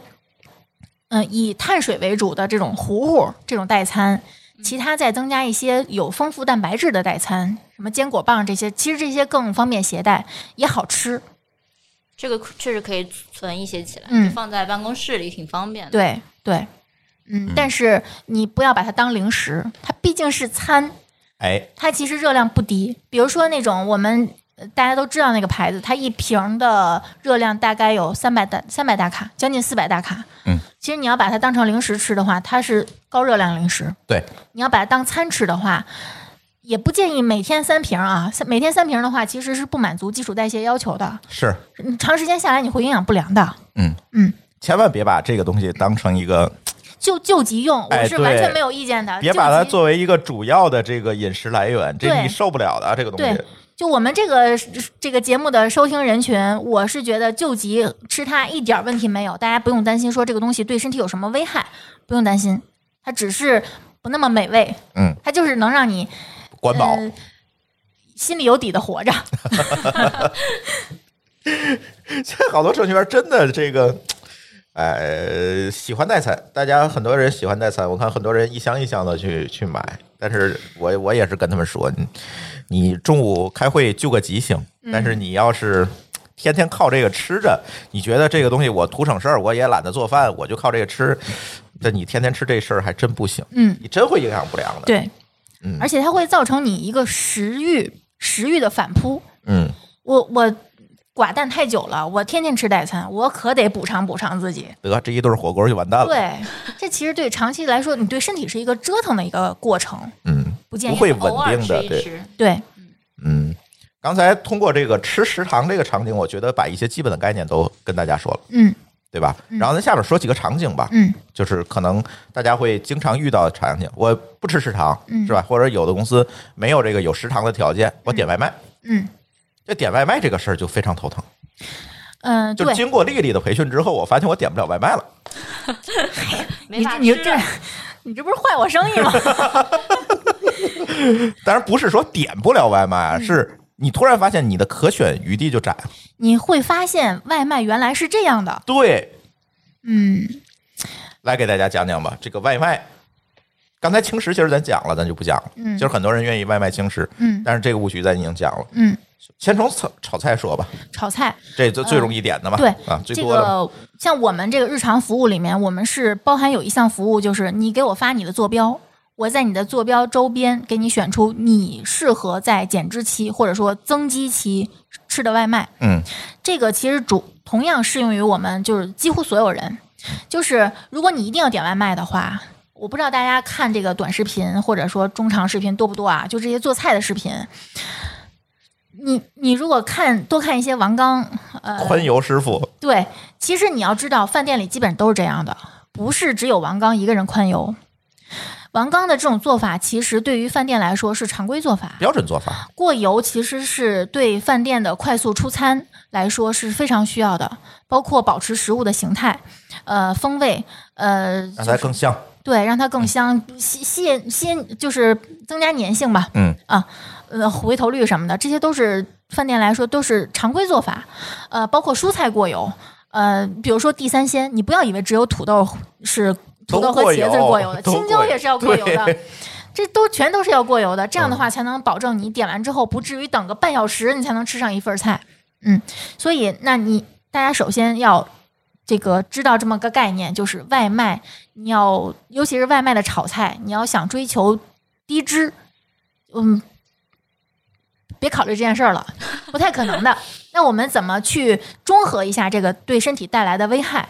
嗯，以碳水为主的这种糊糊这种代餐，其他再增加一些有丰富蛋白质的代餐，什么坚果棒这些，其实这些更方便携带，也好吃。这个确实可以存一些起来，嗯就放在办公室里挺方便的。，对对，嗯，但是你不要把它当零食，它毕竟是餐，哎，它其实热量不低。比如说那种我们呃大家都知道那个牌子，它一瓶的热量大概有三百大三百大卡，将近四百大卡。嗯，其实你要把它当成零食吃的话，它是高热量零食。对，你要把它当餐吃的话，也不建议每天三瓶啊，三每天三瓶的话其实是不满足基础代谢要求的，是，你长时间下来你会营养不良的。嗯嗯，千万别把这个东西当成一个，就就急用，哎我是完全对没有意见的。别就把它急作为一个主要的这个饮食来源，这对你受不了的啊这个东对西。，就我们这个这个节目的收听人群，我是觉得救急吃它一点儿问题没有，大家不用担心说这个东西对身体有什么危害，不用担心，它只是不那么美味，嗯，它就是能让你管饱，呃心里有底的活着。现在 好多程序员真的这个，哎，喜欢代餐，大家很多人喜欢代餐，我看很多人一箱一箱的去去买，但是我我也是跟他们说，你你中午开会就个急行，嗯但是你要是。天天靠这个吃着，你觉得这个东西我图省事儿，我也懒得做饭，我就靠这个吃。这你天天吃这事儿还真不行，嗯，你真会营养不良的。对，嗯而且它会造成你一个食欲食欲的反扑。嗯，我我寡淡太久了，我天天吃代餐，我可得补偿补偿自己。得这一顿火锅就完蛋了。，对，这其实对长期来说，你对身体是一个折腾的一个过程，嗯，不建不议。会稳偶尔定的，吃一对，吃，对，嗯，刚才通过这个吃食堂这个场景，我觉得把一些基本的概念都跟大家说了，嗯对吧？然后咱下面说几个场景吧，嗯就是可能大家会经常遇到的场景。我不吃食堂，嗯是吧？或者有的公司没有这个有食堂的条件，我点外卖。嗯这点外卖这个事儿就非常头疼。嗯、呃就是对，经过丽丽的培训之后，我发现我点不了外卖了。没你法这你吃。这你这不是坏我生意吗？ 当然不是说点不了外卖啊，嗯是你突然发现你的可选余地就窄了。你会发现外卖原来是这样的，对，嗯，来给大家讲讲吧，这个外卖。刚才轻食其实咱讲了，咱就不讲了。嗯就是很多人愿意外卖轻食，嗯但是这个误区咱已经讲了。嗯，先从炒炒菜说吧，炒菜这最最容易点的嘛，嗯对啊，最这多的嘛，个像我们这个日常服务里面，我们是包含有一项服务，就是你给我发你的坐标。我在你的坐标周边给你选出你适合在减脂期或者说增肌期吃的外卖，嗯这个其实主同样适用于我们，就是几乎所有人。就是如果你一定要点外卖的话，我不知道大家看这个短视频或者说中长视频多不多啊？就这些做菜的视频，你你如果看多看一些王刚，呃，宽油师傅，对，其实你要知道，饭店里基本都是这样的，不是只有王刚一个人宽油。王刚的这种做法，其实对于饭店来说是常规做法。标准做法，过油其实是对饭店的快速出餐来说是非常需要的，包括保持食物的形态、呃风味、呃让它更香。对让它嗯更香，吸吸引吸引就是增加粘性吧。嗯啊，呃回头率什么的，这些都是饭店来说都是常规做法。呃，包括蔬菜过油，呃，比如说地三鲜，你不要以为只有土豆是土豆和茄子都过过油油的，都青椒过也油是要过油的对。嗯这都全都是要过油的，这样的话才能保证你点完之后不至于等个半小时你才能吃上一份菜。嗯，所以那你大家首先要这个知道这么个概念，就是外卖你要，尤其是外卖的炒菜，你要想追求低脂，嗯，别考虑这件事儿了， 不太可能的。那我们怎么去中和一下这个对身体带来的危害？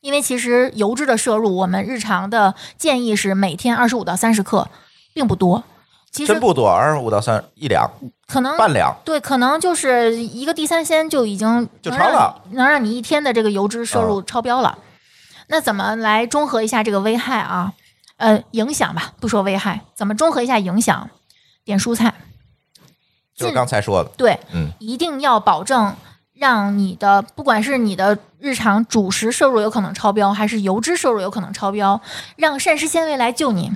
因为其实油脂的摄入，我们日常的建议是每天二十五到三十克，并不多。其真实嗯不多，二十五到三一两可能半两，对，可能就是一个地三鲜就已经就能超让了嗯你，能让你一天的这个油脂摄入超标了。那怎么来中和一下这个危害啊？呃，影响吧，不说危害，怎么中和一下影响？点蔬菜，就是嗯刚才说的，对，嗯一定要保证让你的不管是你的日常主食摄入有可能超标，还是油脂摄入有可能超标，让膳食纤维来救你。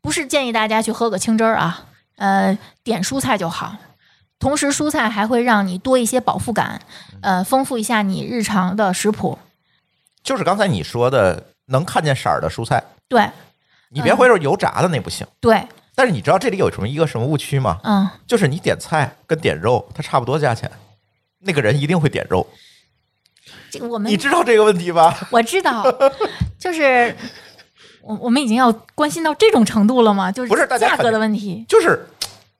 不是建议大家去喝个清汁儿啊，呃，点蔬菜就好。同时，蔬菜还会让你多一些饱腹感，呃，丰富一下你日常的食谱。就是刚才你说的能看见色儿的蔬菜，对你嗯别回头油炸的那不行。对，但是你知道这里有什么一个什么误区吗？嗯，就是你点菜跟点肉，它差不多价钱，那个人一定会点肉。这个我们你知道这个问题吧？我知道，就是我我们已经要关心到这种程度了吗？就是不是大家价肯格定的问 题。就是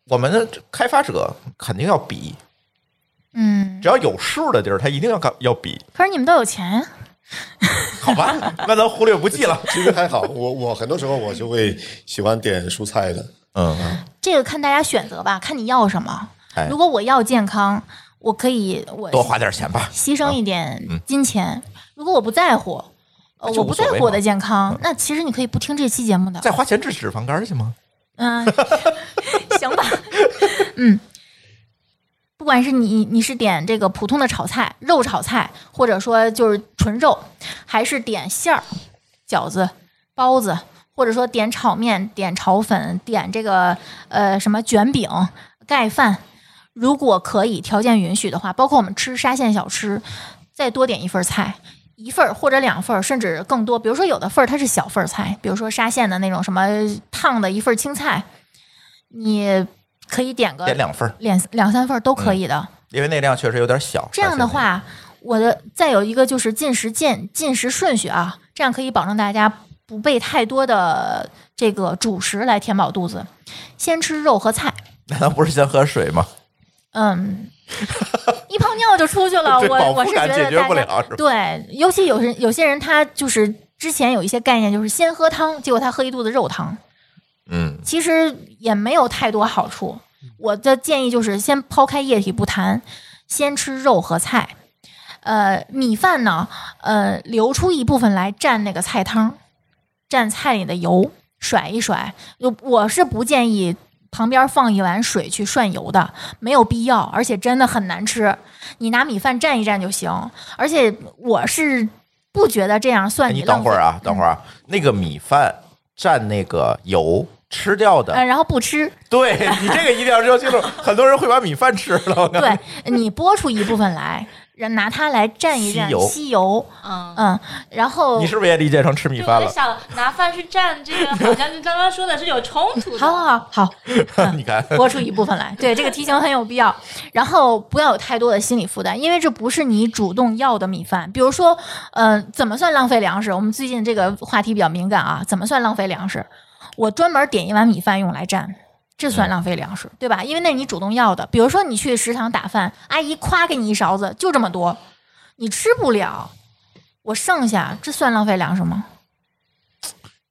我们的开发者肯定要比，嗯，只要有数的地儿，他一定要搞要比，可是你们都有钱呀。好吧？ 那咱忽略不计了。其实还好，我我很多时候我就会喜欢点蔬菜的， 嗯，这个看大家选择吧，看你要什么。哎如果我要健康，我可以我多花点钱吧。牺牲一点金钱。如果我不在乎，呃那就我无不在所谓乎我嘛嗯的健康，那其实你可以不听这期节目的。再花钱治脂肪肝去吗？嗯， 行吧，嗯，不管是你你是点这个普通的炒菜、肉炒菜，或者说就是纯肉，还是点馅儿、饺子、包子，或者说点炒面、点炒粉、点这个呃什么卷饼、盖饭，如果可以条件允许的话，包括我们吃沙县小吃，再多点一份菜。一份儿或者两份儿，甚至更多。比如说，有的份儿它是小份儿菜，比如说沙县的那种什么烫的一份儿青菜，你可以点个点两份儿，两两三份儿都嗯可以的。因为那量确实有点小。这样的话，我的再有一个就是进食进进食顺序啊，这样可以保证大家不被太多的这个主食来填饱肚子。先吃肉和菜，难道不是先喝水吗？嗯，一泡尿就出去了。 这饱我腹我是觉感得解大决家不了是吧对，尤其有人有些人他就是之前有一些概念，就是先喝汤，结果他喝一肚子肉汤，嗯，其实也没有太多好处。我的建议就是先抛开液体不谈，先吃肉和菜。呃，米饭呢，呃，留出一部分来蘸那个菜汤，蘸菜里的油，甩一甩。就我是不建议旁边放一碗水去涮油的，没有必要，而且真的很难吃。你拿米饭蘸一蘸就行。而且我是不觉得这样哎算你等浪费会儿，啊，等会儿啊，嗯那个米饭蘸那个油吃掉的嗯、，然后不吃， 对你这个一定要说清楚，很多人会把米饭吃了。 我告诉你，对你拨出一部分来，然拿它来蘸一蘸吸油吸油，嗯，嗯，然后你是不是也理解成吃米对，饭我就 了？想拿饭去蘸 这个，好像跟刚刚说的是有冲突好的。好好好，你看，拨出一部分来，对这个提醒很有必要。然后不要有太多的心理负担，因为这不是你主动要的米饭。比如说，呃，怎么算浪费粮食？我们最近这个话题比较敏感啊，怎么算浪费粮食？我专门点一碗米饭用来蘸。这算浪费粮食，对吧？因为那是你主动要的。比如说你去食堂打饭，阿姨夸给你一勺子，就这么多，你吃不了，我剩下，这算浪费粮食吗？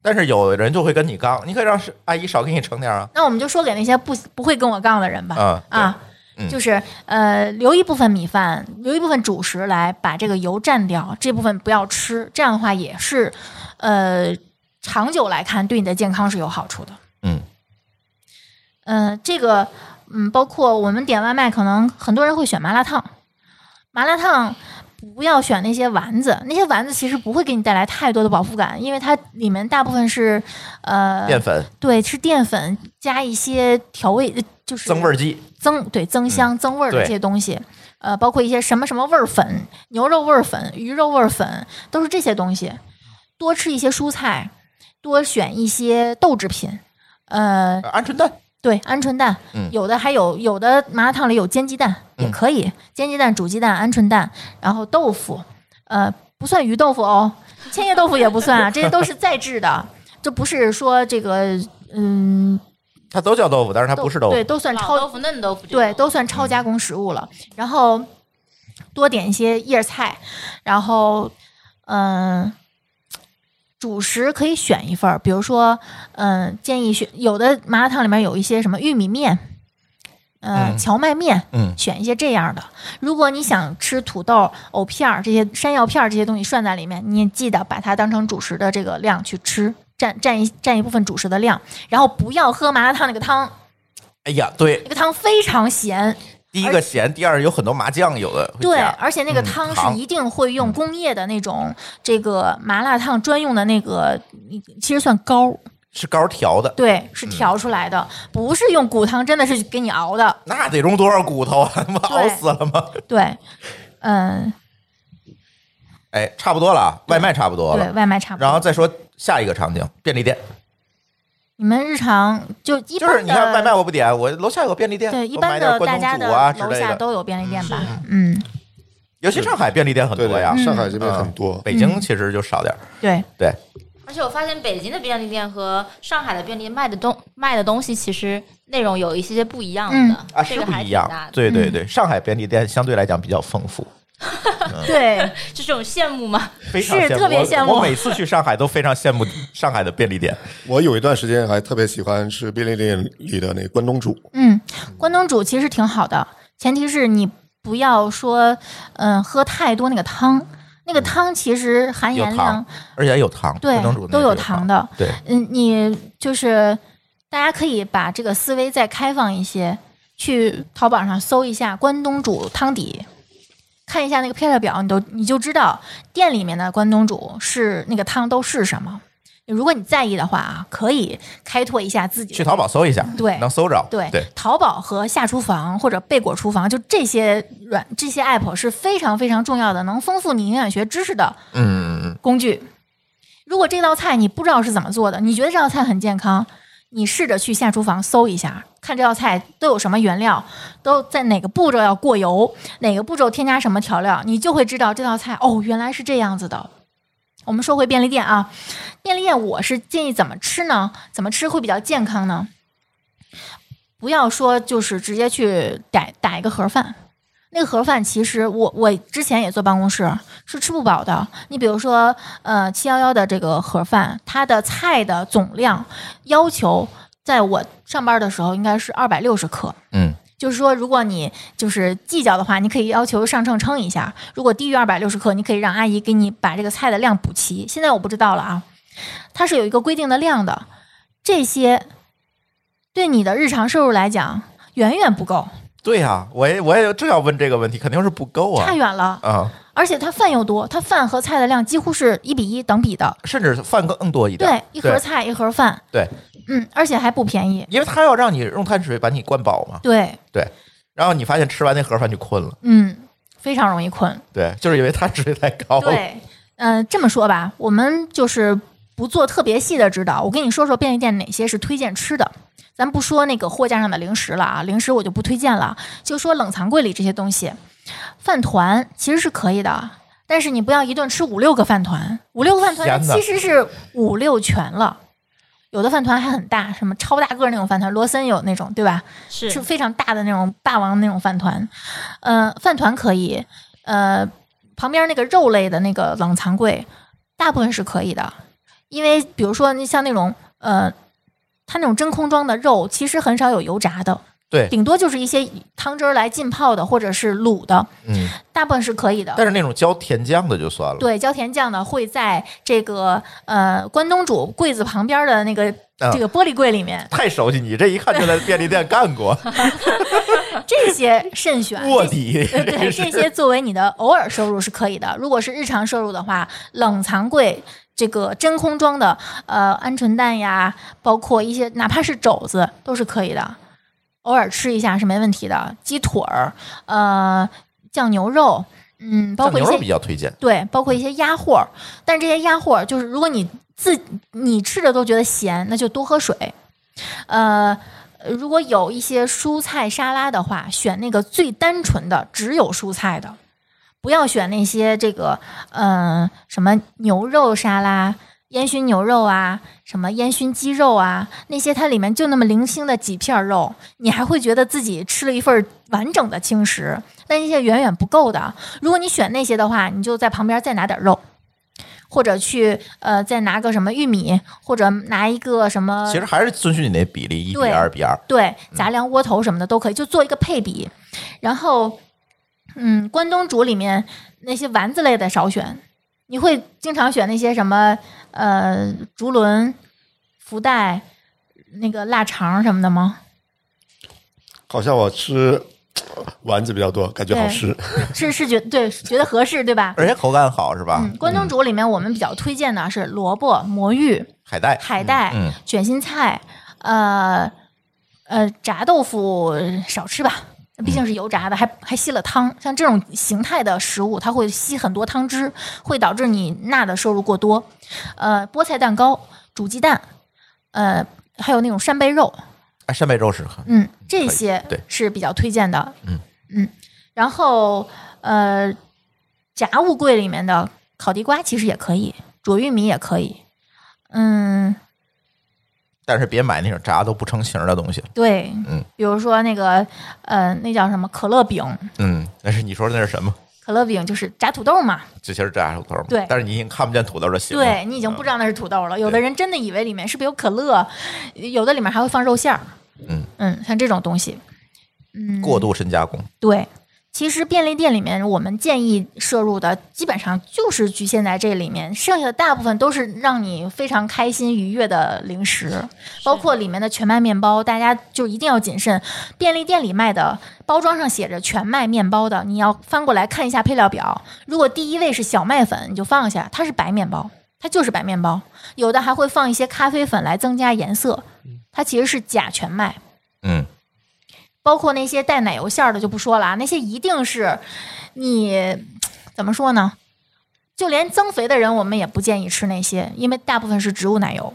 但是有人就会跟你杠，你可以让是阿姨少给你盛点啊。那我们就说给那些不不会跟我杠的人吧。嗯对啊，嗯就是呃，留一部分米饭，留一部分主食来把这个油蘸掉，这部分不要吃。这样的话也是，呃，长久来看对你的健康是有好处的。嗯，嗯，这个嗯，包括我们点外卖，可能很多人会选麻辣烫。麻辣烫不要选那些丸子，那些丸子其实不会给你带来太多的饱腹感，因为它里面大部分是呃淀粉对，吃淀粉加一些调味，呃就是增味儿剂，增对增香、增味儿嗯的对这些东西，呃，包括一些什么什么味儿粉、牛肉味儿粉、鱼肉味儿粉，都是这些东西。多吃一些蔬菜，多选一些豆制品，呃，呃鹌鹑蛋，对，鹌鹑蛋，嗯有的还有有的麻辣烫里有煎鸡蛋也可以，煎鸡蛋、煮鸡蛋、鹌鹑蛋，然后豆腐，呃，不算鱼豆腐哦，千叶豆腐也不算啊，这些都是再制的，这不是说这个嗯，它都叫豆腐，但是它豆不是豆对，腐。都算老豆超腐、嫩豆腐这种，对，都算超加工食物了。然后多点一些叶菜，然后嗯。主食可以选一份儿，比如说，嗯、建议选有的麻辣烫里面有一些什么玉米面，呃，嗯荞麦面，嗯选一些这样的。如果你想吃土豆、藕片儿这些山药片儿这些东西涮在里面，你也记得把它当成主食的这个量去吃，占占一占一部分主食的量，然后不要喝麻辣烫那个汤，哎呀，对那，个汤非常咸，第一个咸，第二有很多麻酱，有的会对，加而且那个嗯汤糖嗯是一定会用工业的那种这个麻辣烫专用的那个，你其实算膏，是膏调的，对，是调出来的，不是用骨汤，真的是给你熬的，那得用多少骨头啊？ 他妈对熬死了吗？对，嗯，哎，差不多了啊，外卖差不多对了，，外卖差不多。然后再说下一个场景，便利店，你们日常就一就般的是你看外卖我不点，我楼下有个便利店，对一我买般点的关大东家煮啊的之楼类下的，都有便利店吧？嗯，尤其上海便利店很对多的呀，嗯上海这边很多。北嗯京其实就少点儿。对，对，而且我发现北京的便利店和上海的便利店卖的东卖的东西，其实内容有一些些不一样的嗯啊，这是个不还一挺样大。的。对对对，上海便利店相对来讲比较丰富，嗯对，这种羡慕吗？非常是羡慕特别我羡慕我每次去上海都非常羡慕上海的便利店，我有一段时间还特别喜欢吃便利店里的那个关东煮，嗯，关东煮其实挺好的，前提是你不要说，嗯、喝太多那个汤，那个汤其实含嗯有盐量糖，而且有糖，对关东煮那个都是有有糖的。对，嗯，你就是大家可以把这个思维再开放一些，去淘宝上搜一下关东煮汤底，看一下那个配料表，你都你就知道店里面的关东煮是那个汤都是什么。如果你在意的话啊，可以开拓一下自己的去淘宝搜一下，对能搜着，对，对，淘宝和下厨房或者贝果厨房，就这些软这些 app 是非常非常重要的，能丰富你营养学知识的嗯，工具。如果这道菜你不知道是怎么做的，你觉得这道菜很健康，你试着去下厨房搜一下，看这道菜都有什么原料，都在哪个步骤要过油，哪个步骤添加什么调料，你就会知道这道菜哦原来是这样子的。我们说回便利店啊，便利店我是建议怎么吃呢？怎么吃会比较健康呢？不要说就是直接去打打一个盒饭，那个盒饭其实我我之前也坐办公室是吃不饱的。你比如说，呃，七幺幺的这个盒饭，它的菜的总量要求，在我上班的时候应该是二百六十克。嗯，就是说，如果你就是计较的话，你可以要求上秤称一下。如果低于二百六十克，你可以让阿姨给你把这个菜的量补齐。现在我不知道了啊，它是有一个规定的量的。这些对你的日常摄入来讲，远远不够，对呀，我也我也正要问这个问题，肯定是不够啊太，远了。啊，而且它饭又多，它饭和菜的量几乎是一比一等比的。甚至饭更更多一点对，，一盒菜一盒饭，对，嗯，而且还不便宜。因为他要让你用碳水把你灌饱嘛，对，对，然后你发现吃完那盒饭就困了，嗯，非常容易困。对，就是因为碳水太高了，对，嗯、这么说吧，我们就是不做特别细的指导，我跟你说说便利店哪些是推荐吃的。咱不说那个货架上的零食了啊，零食我就不推荐了，就说冷藏柜里这些东西，饭团其实是可以的，但是你不要一顿吃五六个饭团，五六个饭团它天哪其实是五六全了。有的饭团还很大，什么超大个儿那种饭团，罗森有那种，对吧？是是非常大的那种霸王那种饭团，呃，饭团可以，呃，旁边那个肉类的那个冷藏柜，大部分是可以的，因为比如说你像那种呃，它那种真空装的肉，其实很少有油炸的，对，顶多就是一些汤汁儿来浸泡的或者是卤的，嗯，大部分是可以的。但是那种浇甜酱的就算了，对，焦甜酱呢会在这个呃关东煮柜子旁边的那个、啊这个玻璃柜 里面，太熟悉你，这一看就在便利店干 过，这些慎选。卧这底，对对，是这些作为你的偶尔收入是可以的。如果是日常摄入的话，冷藏柜这个真空装的呃鹌鹑蛋呀，包括一些哪怕是肘子都是可以的，偶尔吃一下是没问题的。鸡腿儿，呃，酱牛肉，嗯，包酱括一牛些肉比较推荐，对，包括一些鸭货儿，但这些鸭货儿就是如果你自你吃着都觉得咸，那就多喝水。呃，如果有一些蔬菜沙拉的话，选那个最单纯的，只有蔬菜的，不要选那些这个嗯、呃什么牛肉沙拉。烟熏牛肉啊，什么烟熏鸡肉啊，那些它里面就那么零星的几片儿肉，你还会觉得自己吃了一份儿完整的轻食，但那些远远不够的。如果你选那些的话，你就在旁边再拿点肉，或者去呃再拿个什么玉米，或者拿一个什么其实还是遵循你那比例一比呃对二比二，对杂粮窝头什么的都可以，就做一个配比。然后，嗯，关东煮里面那些丸子类的少选，你会经常选那些什么呃竹轮、福袋、那个腊肠什么的吗？好像我吃丸子比较多，感觉好吃。是是觉对觉得合适对吧？而且口感好是吧？嗯，关东煮里面我们比较推荐的是萝卜、魔芋、海带，海带、嗯嗯卷心菜，呃呃，炸豆腐少吃吧，毕竟是油炸的，还还吸了汤。像这种形态的食物，它会吸很多汤汁，会导致你钠的摄入过多。呃，菠菜蛋糕、煮鸡蛋，呃，还有那种扇贝肉，啊扇贝肉是很嗯，这些对是比较推荐的。嗯嗯，然后呃，炸物柜里面的烤地瓜其实也可以，煮玉米也可以。嗯，但是别买那种炸都不成形儿的东西。对，嗯，比如说那个呃，那叫什么可乐饼，嗯，但是你说的那是什么？可可乐饼就是炸土豆嘛，这其实炸土豆嘛，对但是你已经看不见土豆的形了。对你已经不知道那是土豆了。有的人真的以为里面是不是有可乐，有的里面还会放肉馅儿。嗯嗯，像这种东西，嗯过度深加工，对，其实便利店里面我们建议摄入的，基本上就是局限在这里面，剩下的大部分都是让你非常开心愉悦的零食，包括里面的全麦面包，大家就一定要谨慎。便利店里卖的包装上写着全麦面包的，你要翻过来看一下配料表，如果第一位是小麦粉，你就放下，它是白面包。它就是白面包，有的还会放一些咖啡粉来增加颜色，它其实是假全麦。嗯，包括那些带奶油馅儿的就不说了啊，那些一定是你怎么说呢？就连增肥的人，我们也不建议吃那些，因为大部分是植物奶油。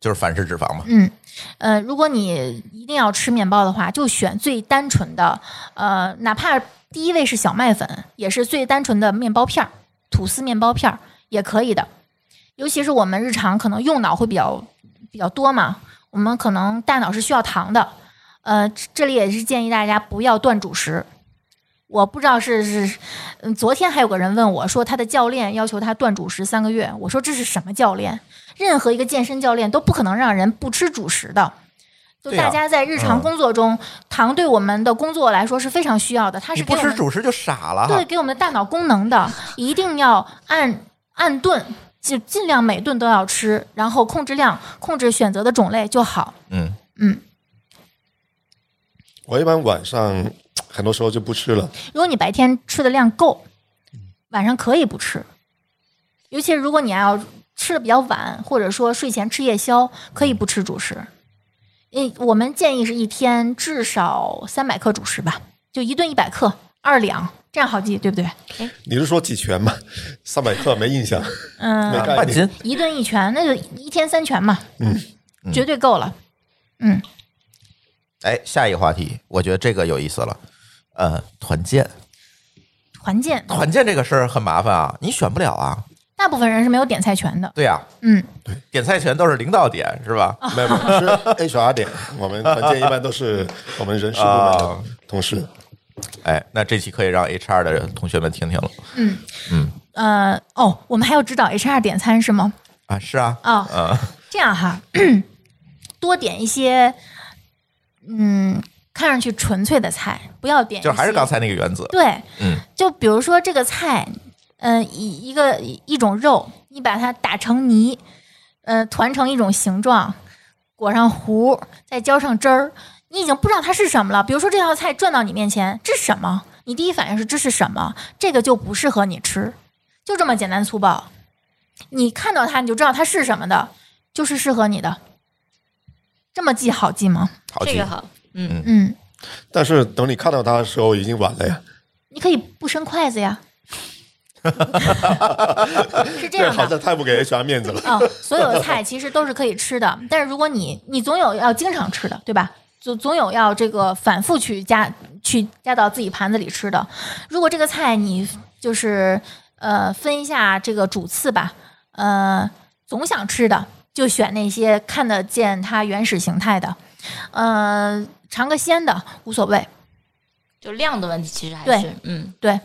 就是反式脂肪嘛。嗯，呃，如果你一定要吃面包的话，就选最单纯的，呃，哪怕第一位是小麦粉，也是最单纯的面包片儿，吐司面包片儿也可以的。尤其是我们日常可能用脑会比较比较多嘛，我们可能大脑是需要糖的，呃，这这里也是建议大家不要断主食。我不知道是是，嗯，昨天还有个人问我说，他的教练要求他断主食三个月，我说这是什么教练？任何一个健身教练都不可能让人不吃主食的。就对啊大家在日常嗯工作中，糖对我们的工作来说是非常需要的，它你是不给我吃们主食就傻了对哈。给我们的大脑功 能的，一定要按按顿，就尽量每顿都要吃，然后控制量，控制选择的种类就好。嗯，嗯，我一般晚上很多时候就不吃了，如果你白天吃的量够，嗯晚上可以不吃，尤其是如果你要吃的比较晚，或者说睡前吃夜宵，可以不吃主食。嗯，我们建议是一天至少三百克主食吧，就一顿一百克，二两，这样好记，对不对？你是说几拳吗？三百克没印象，嗯，没概念半斤，一顿一拳，那就一天三拳嘛，嗯，绝对够了。哎，下一个话题，我觉得这个有意思了。呃，团建，团建，团建这个事儿很麻烦啊，你选不了啊。大部分人是没有点菜权的，对呀、嗯，点菜权都是领导点是吧？哦没有没有是 HR 点，我们团建一般都是我们人事部门的啊同事。哎，那这期可以让 HR 的同学们听听了呃，哦，我们还要指导 HR 点餐是吗？啊。是啊，哦嗯这样哈， 多点一些，嗯，看上去纯粹的菜，不要点一些，就还是刚才那个原则。对，嗯，就比如说这个菜，嗯、一一个一种肉，你把它打成泥，呃，团成一种形状，裹上糊，再浇上汁儿，你已经不知道它是什么了。比如说这道菜转到你面前，这是什么？你第一反应是这是什么？这个就不适合你吃，就这么简单粗暴。你看到它你就知道它是什么的，就是适合你的。这么记好记吗？好这记个好，嗯，嗯，但是等你看到他的时候已经晚了呀，你可以不伸筷子 呀。是这这样好的，像太不给 HR 面子了。啊、所有的菜其实都是可以吃的，但是如果你你总有要经常吃的，对吧？总总有要这个反复去加去加到自己盘子里吃的。如果这个菜你就是呃分一下这个主次吧，呃总想吃的就选那些看得见它原始形态的，呃尝个鲜的无所谓。就量的问题其实还对是嗯，对，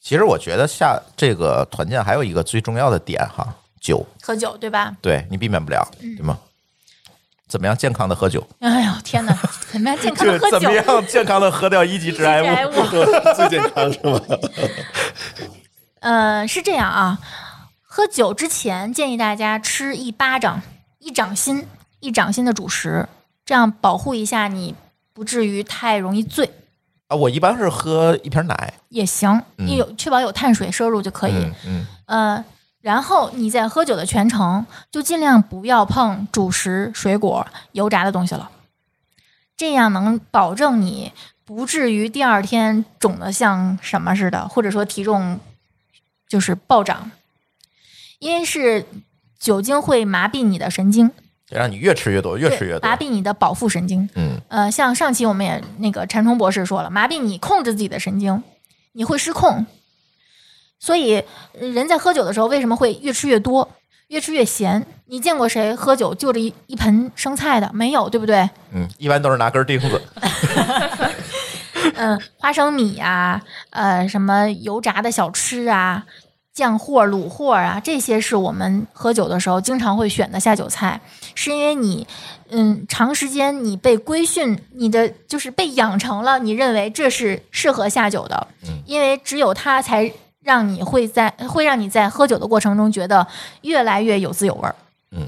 其实我觉得下这个团建还有一个最重要的点哈，酒，喝酒对吧？对你避免不了，对吗？怎么样健康的喝酒？哎呦天 哪，怎么样健康的喝怎酒么？样健康的喝掉一级致癌致癌 物？物最健康是吗？呃，是这样啊，喝酒之前建议大家吃一巴掌、一掌心、一掌心的主食，这样保护一下你不至于太容易醉啊，我一般是喝一瓶奶，也行，嗯你有确保有碳水摄入就可以。嗯嗯，呃，然后你在喝酒的全程就尽量不要碰主食、水果、油炸的东西了，这样能保证你不至于第二天肿得像什么似的，或者说体重就是暴涨，因为是酒精会麻痹你的神经，得让你越吃越多，越吃越对麻多。痹你的饱腹神经。嗯，呃，像上期我们也那个禅冲博士说了，麻痹你控制自己的神经，你会失控。所以呃人在喝酒的时候，为什么会越吃越多，越吃越咸？你见过谁喝酒就着一一盆生菜的？没有，对不对？嗯，一般都是拿根钉子，嗯，花生米啊，呃，什么油炸的小吃啊，酱货、卤货啊，这些是我们喝酒的时候经常会选的下酒菜，是因为你，嗯，长时间你被规训，你的就是被养成了，你认为这是适合下酒的，嗯因为只有它才让你会在会让你在喝酒的过程中觉得越来越有滋有味儿。嗯，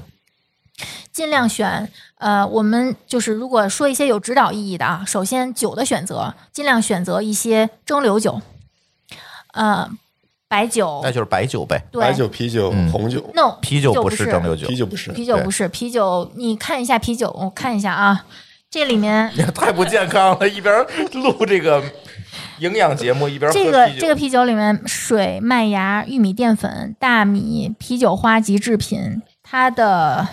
尽量选呃，我们就是如果说一些有指导意义的啊，首先酒的选择，尽量选择一些蒸馏酒，呃，白酒那，就是白酒呗，对白酒、啤酒嗯、红酒、 ，no，啤酒不是蒸馏酒啤，酒不是。啤酒不是啤酒，你看一下啤酒，我看一下啊，这里面太不健康了，一边录这个营养节目一边喝这个啤酒这个啤酒里面水、麦芽、玉米淀粉、大米、啤酒花及制品，它的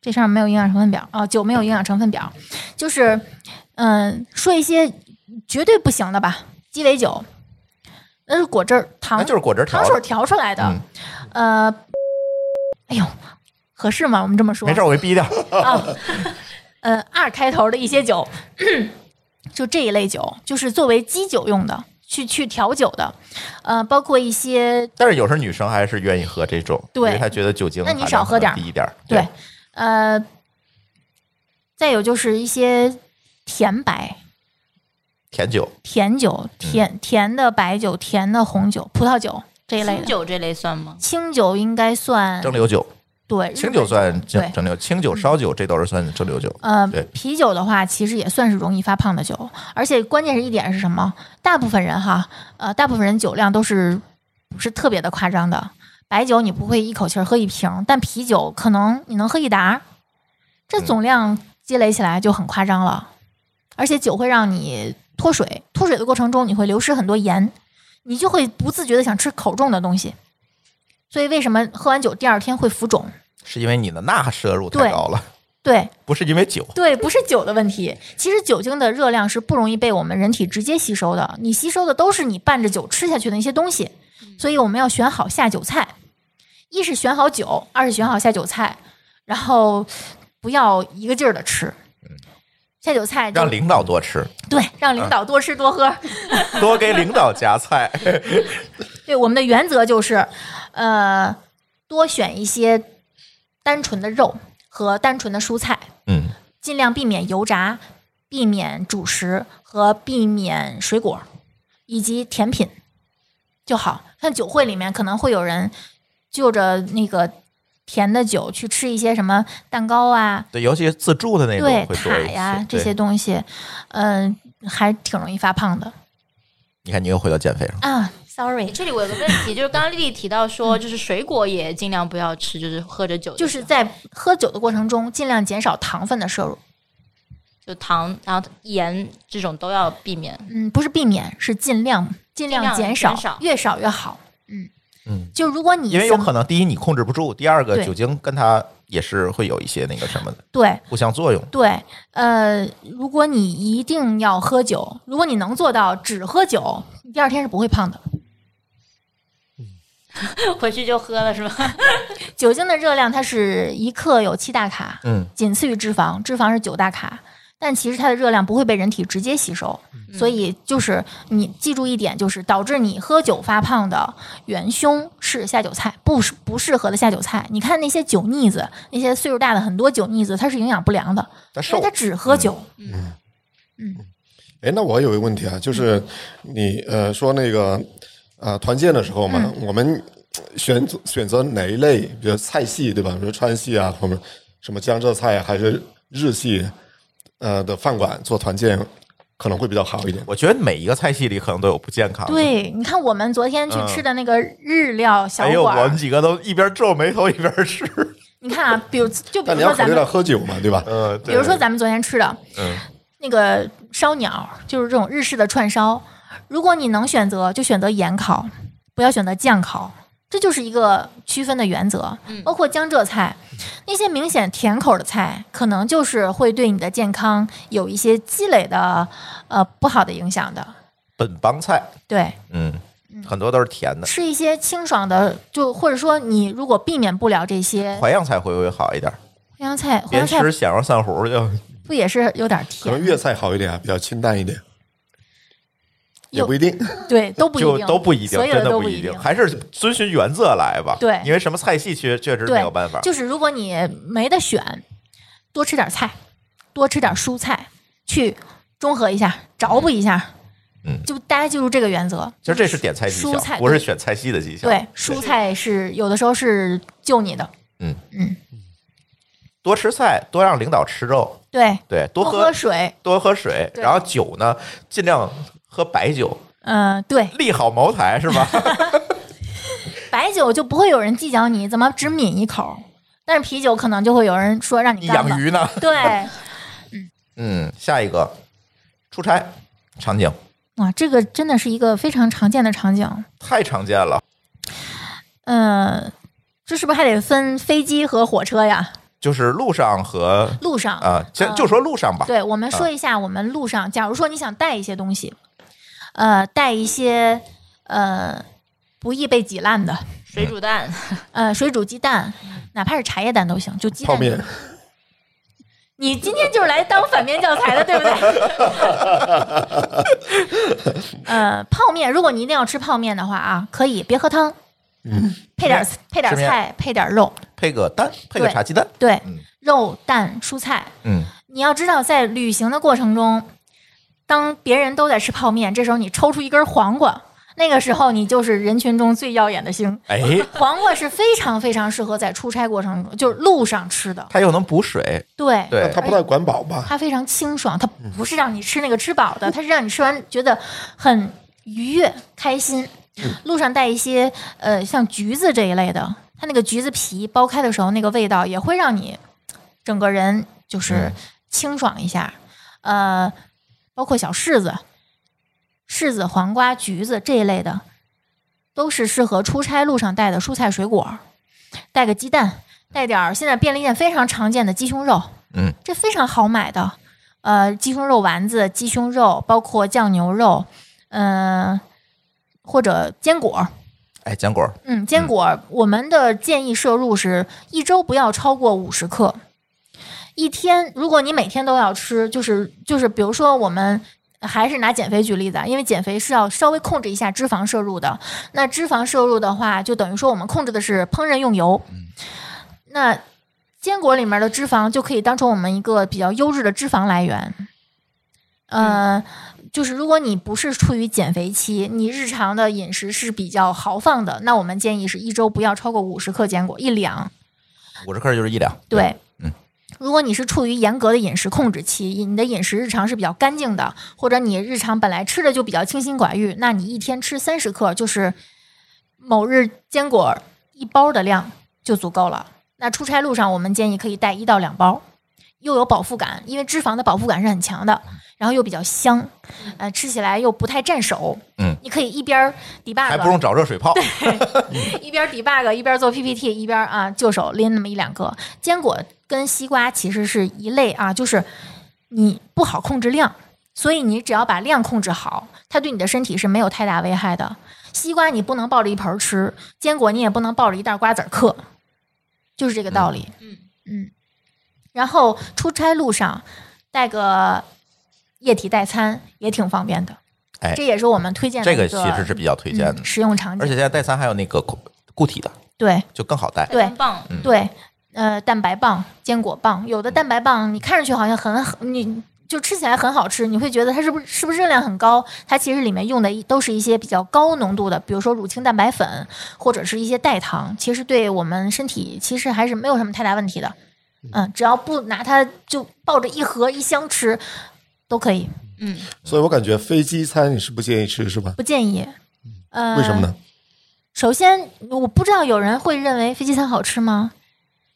这上面没有营养成分表哦，酒没有营养成分表，就是嗯，说一些绝对不行的吧，鸡尾酒，那是果汁儿那糖就是果汁调糖的嗯水调出来的，呃，哎呦，合适吗？我们这么说，没事，我给逼掉。啊，呃，二开头的一些酒， 就这一类酒，就是作为基酒用的，去去调酒的，呃，包括一些但是有时候女生还是愿意喝这种，对因为她觉得酒精那你含少量喝点儿可能低一点儿，对，呃，再有就是一些甜白、甜酒，甜酒、嗯甜甜的白酒、甜的红酒、葡萄酒这一类清的。酒这类算吗？清酒应该算蒸馏酒，对，清嗯日酒本算对蒸蒸馏，清酒、烧酒这都是算蒸馏酒。呃对，啤酒的话，其实也算是容易发胖的酒，而且关键是一点是什么？大部分人哈，呃，大部分人酒量都是不是特别的夸张的。白酒你不会一口气儿喝一瓶，但啤酒可能你能喝一打儿，这嗯总量积累起来就很夸张了。而且酒会让你脱水，脱水的过程中你会流失很多盐，你就会不自觉的想吃口重的东西。所以为什么喝完酒第二天会浮肿？是因为你的钠摄入太对高了，对，不是因为酒。对，不是酒的问题。其实酒精的热量是不容易被我们人体直接吸收的，你吸收的都是你伴着酒吃下去的那些东西。所以我们要选好下酒菜，一是选好酒，二是选好下酒菜，然后不要一个劲儿的吃。下酒菜就嗯让领嗯导多吃，对让领导多吃多喝。多给领导夹菜。 对，我们的原则就是，呃，多选一些单纯的肉和单纯的蔬菜。嗯，尽量避免油炸，避免主食和避免水果以及甜品就好。像酒会里面可能会有人就着那个甜的酒去吃一些什么蛋糕啊、对，尤其是自助的那对种会多塔一些。呀这对些东西，嗯、还挺容易发胖的你看你又回到减肥上，啊。哎 Sorry，这里我有个问题，就是刚刚丽丽提到说，就是水果也尽量不要吃，就是喝着酒的时嗯就候，是在喝酒的过程中，尽量减少糖分的摄入。就糖，然后盐这种都要避免。嗯，不是避免，是尽量尽量量减减少，少越少越好。嗯嗯，就如果你因为有想可能第一你控制不住，第二个对酒精跟它也是会有一些那个什么的对互相作用。对，呃，如果你一定要喝酒，如果你能做到只喝酒，你第二天是不会胖的。回去就喝了是吧？酒精的热量它是一克有七大卡，嗯，仅次于脂肪，脂肪是九大卡，但其实它的热量不会被人体直接吸收，所以就是你记住一点，就是导致你喝酒发胖的元凶是下酒菜，不是不适合的下酒菜。你看那些酒腻子，那些岁数大的很多酒腻子，他是营养不良的，它因为瘦嗯他，只喝酒。嗯哎，那我有一个问题啊，就是嗯你呃说那个呃团建的时候嘛，嗯我们选择选择哪一类，比如菜系对吧？比如川系啊，或者什么江浙菜啊还是日系呃的饭馆做团建，可能会比较好一点。我觉得每一个菜系里可能都有不健啊康的。对，你看我们昨天去吃嗯的那个日料小哎呦，馆我儿，们几个都一边皱眉头一边 吃。你看啊，比如就比但你如要说考咱虑到们，喝酒嘛，对吧？呃，比如说咱们昨天吃的嗯，那个烧鸟，就是这种日式的串烧，如果你能选择，就选择盐烤，不要选择酱烤。这就是一个区分的原则，包括江浙菜，那些明显甜口的菜，可能就是会对你的健康有一些积累的，呃，不好的影响的。本帮菜，对，嗯，很多都是甜的。吃一些清爽的，就或者说你如果避免不了这些淮扬菜会不会好一点？淮扬菜，淮别扬菜吃响肉散糊就不也是有点可能甜？粤菜好一点啊，比较清淡一点，也有不一定。对，都不一就定，都不一定，所有真的的都不一定。还是遵循原则来吧。对因为什么菜系确确实对，没有办法。就是如果你没得选，多吃点菜，多吃点蔬菜，去中和一下，着补一下。嗯就大家记住这个原则。其实这是点菜技蔬巧，菜不是选菜系的技巧。对，蔬菜是有的时候是救你的。嗯嗯，多吃菜，多让领导吃肉，对，对，多多喝喝水。多喝水，对然后酒呢，尽量喝白酒，嗯、对，利好茅台是 吧？白酒就不会有人计较你怎么只抿一口，但是啤酒可能就会有人说让你你干了养。鱼呢？对， 嗯，下一个出差场景哇，这个真的是一个非常常见的场景。太常见了，嗯、这是不是还得分飞机和火车呀？就是路上和路上啊，先、就说路上吧。嗯对，我们说一下我们路上，假如说你想带一些东西，呃，带一些呃不易被挤烂的，水煮蛋，呃，水煮鸡蛋，哪怕是茶叶蛋都行，就鸡蛋。泡面，你今天就是来当反面教材的，对 不对？呃，泡面，如果你一定要吃泡面的话啊，可以别喝汤，嗯，配点配点吃面菜，配点肉，配个蛋，配个对茶鸡蛋。对，嗯肉蛋蔬菜， 嗯，你要知道，在旅行的过程中，当别人都在吃泡面，这时候你抽出一根黄瓜，那个时候你就是人群中最耀眼的星。哎，黄瓜是非常非常适合在出差过程中，就是路上吃的。它又能补水，对，哎对，它不太管饱吧？它非常清爽，它不是让你吃那个吃饱的，它是让你吃完觉得很愉悦、开心。路上带一些呃，像橘子这一类的，它那个橘子皮剥开的时候，那个味道也会让你整个人就是嗯清爽一下。呃，包括小柿子、柿子、黄瓜、橘子这一类的，都是适合出差路上带的蔬菜水果。带个鸡蛋，带点儿现在便利店非常常见的鸡胸肉，嗯，这非常好买的。呃，鸡胸肉丸子、鸡胸肉，包括酱牛肉，嗯、或者坚果，哎，坚果嗯，坚果、我们的建议摄入是一周不要超过五十克，一天如果你每天都要吃，就是就是比如说我们。还是拿减肥举例子啊，因为减肥是要稍微控制一下脂肪摄入的。那脂肪摄入的话，就等于说我们控制的是烹饪用油。那坚果里面的脂肪就可以当成我们一个比较优质的脂肪来源。呃，就是如果你不是处于减肥期，你日常的饮食是比较豪放的，那我们建议是一周不要超过五十克坚果，一两。五十克就是一两，对，嗯。如果你是处于严格的饮食控制期，你的饮食日常是比较干净的，或者你日常本来吃的就比较清心寡欲，那你一天吃三十克，就是某日坚果一包的量就足够了。那出差路上，我们建议可以带一到两包，又有饱腹感，因为脂肪的饱腹感是很强的，然后又比较香，呃，吃起来又不太占手。嗯，你可以一边儿 debug，还不用找热水泡。 一边 debug 一边做 PPT，一边啊就手拎那么一两个坚果跟西瓜其实是一类啊，就是你不好控制量，所以你只要把量控制好，它对你的身体是没有太大危害的。西瓜你不能抱着一盆儿吃，坚果你也不能抱着一袋瓜子儿嗑，就是这个道理。嗯嗯，然后出差路上带个液体代餐也挺方便的，哎这也是我们推荐的这个一个其实是比较推荐的嗯，实用场而且景，现在代餐还有那个固固体的，对。就更好带。对很棒，对，呃，蛋白棒、坚果棒，有的蛋白棒你看上去好像很好，你就吃起来很好吃，你会觉得它是不是是不是热量很高？它其实里面用的一都是一些比较高浓度的，比如说乳清蛋白粉或者是一些代糖，其实对我们身体其实还是没有什么太大问题的。嗯，只要不拿它就抱着一盒一箱吃都可以， 嗯，所以我感觉飞机餐你是不建议吃是吧？不建议。嗯呃，为什么？呢？首先，我不知道有人会认为飞机餐好吃吗？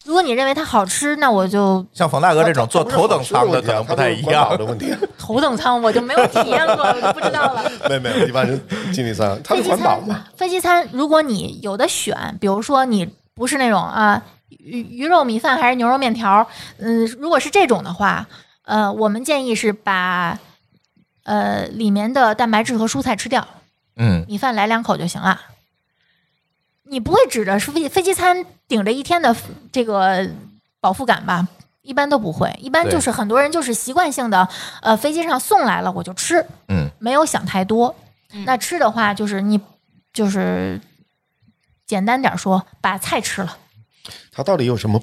如果你认为它好吃，那我就像冯大哥这种坐头等舱的可能不太一它样是管饱的。问题啊。头等舱我就没有体验过，我就不知道了。 没没有，一般是经 理舱，它飞是机管饱餐嗯嘛。，飞机餐，如果你有的选，比如说你不是那种啊鱼鱼肉米饭还是牛肉面条，嗯，如果是这种的话，呃，我们建议是把呃里面的蛋白质和蔬菜吃掉，嗯，米饭来两口就行了。你不会指着是飞飞机餐顶着一天的这个饱腹感吧？一般都不会，一般对就是很多人就是习惯性的，呃，飞机上送来了我就吃，嗯，没有想太多。嗯那吃的话，就是你就是简单点说，把菜吃了，它到底有什么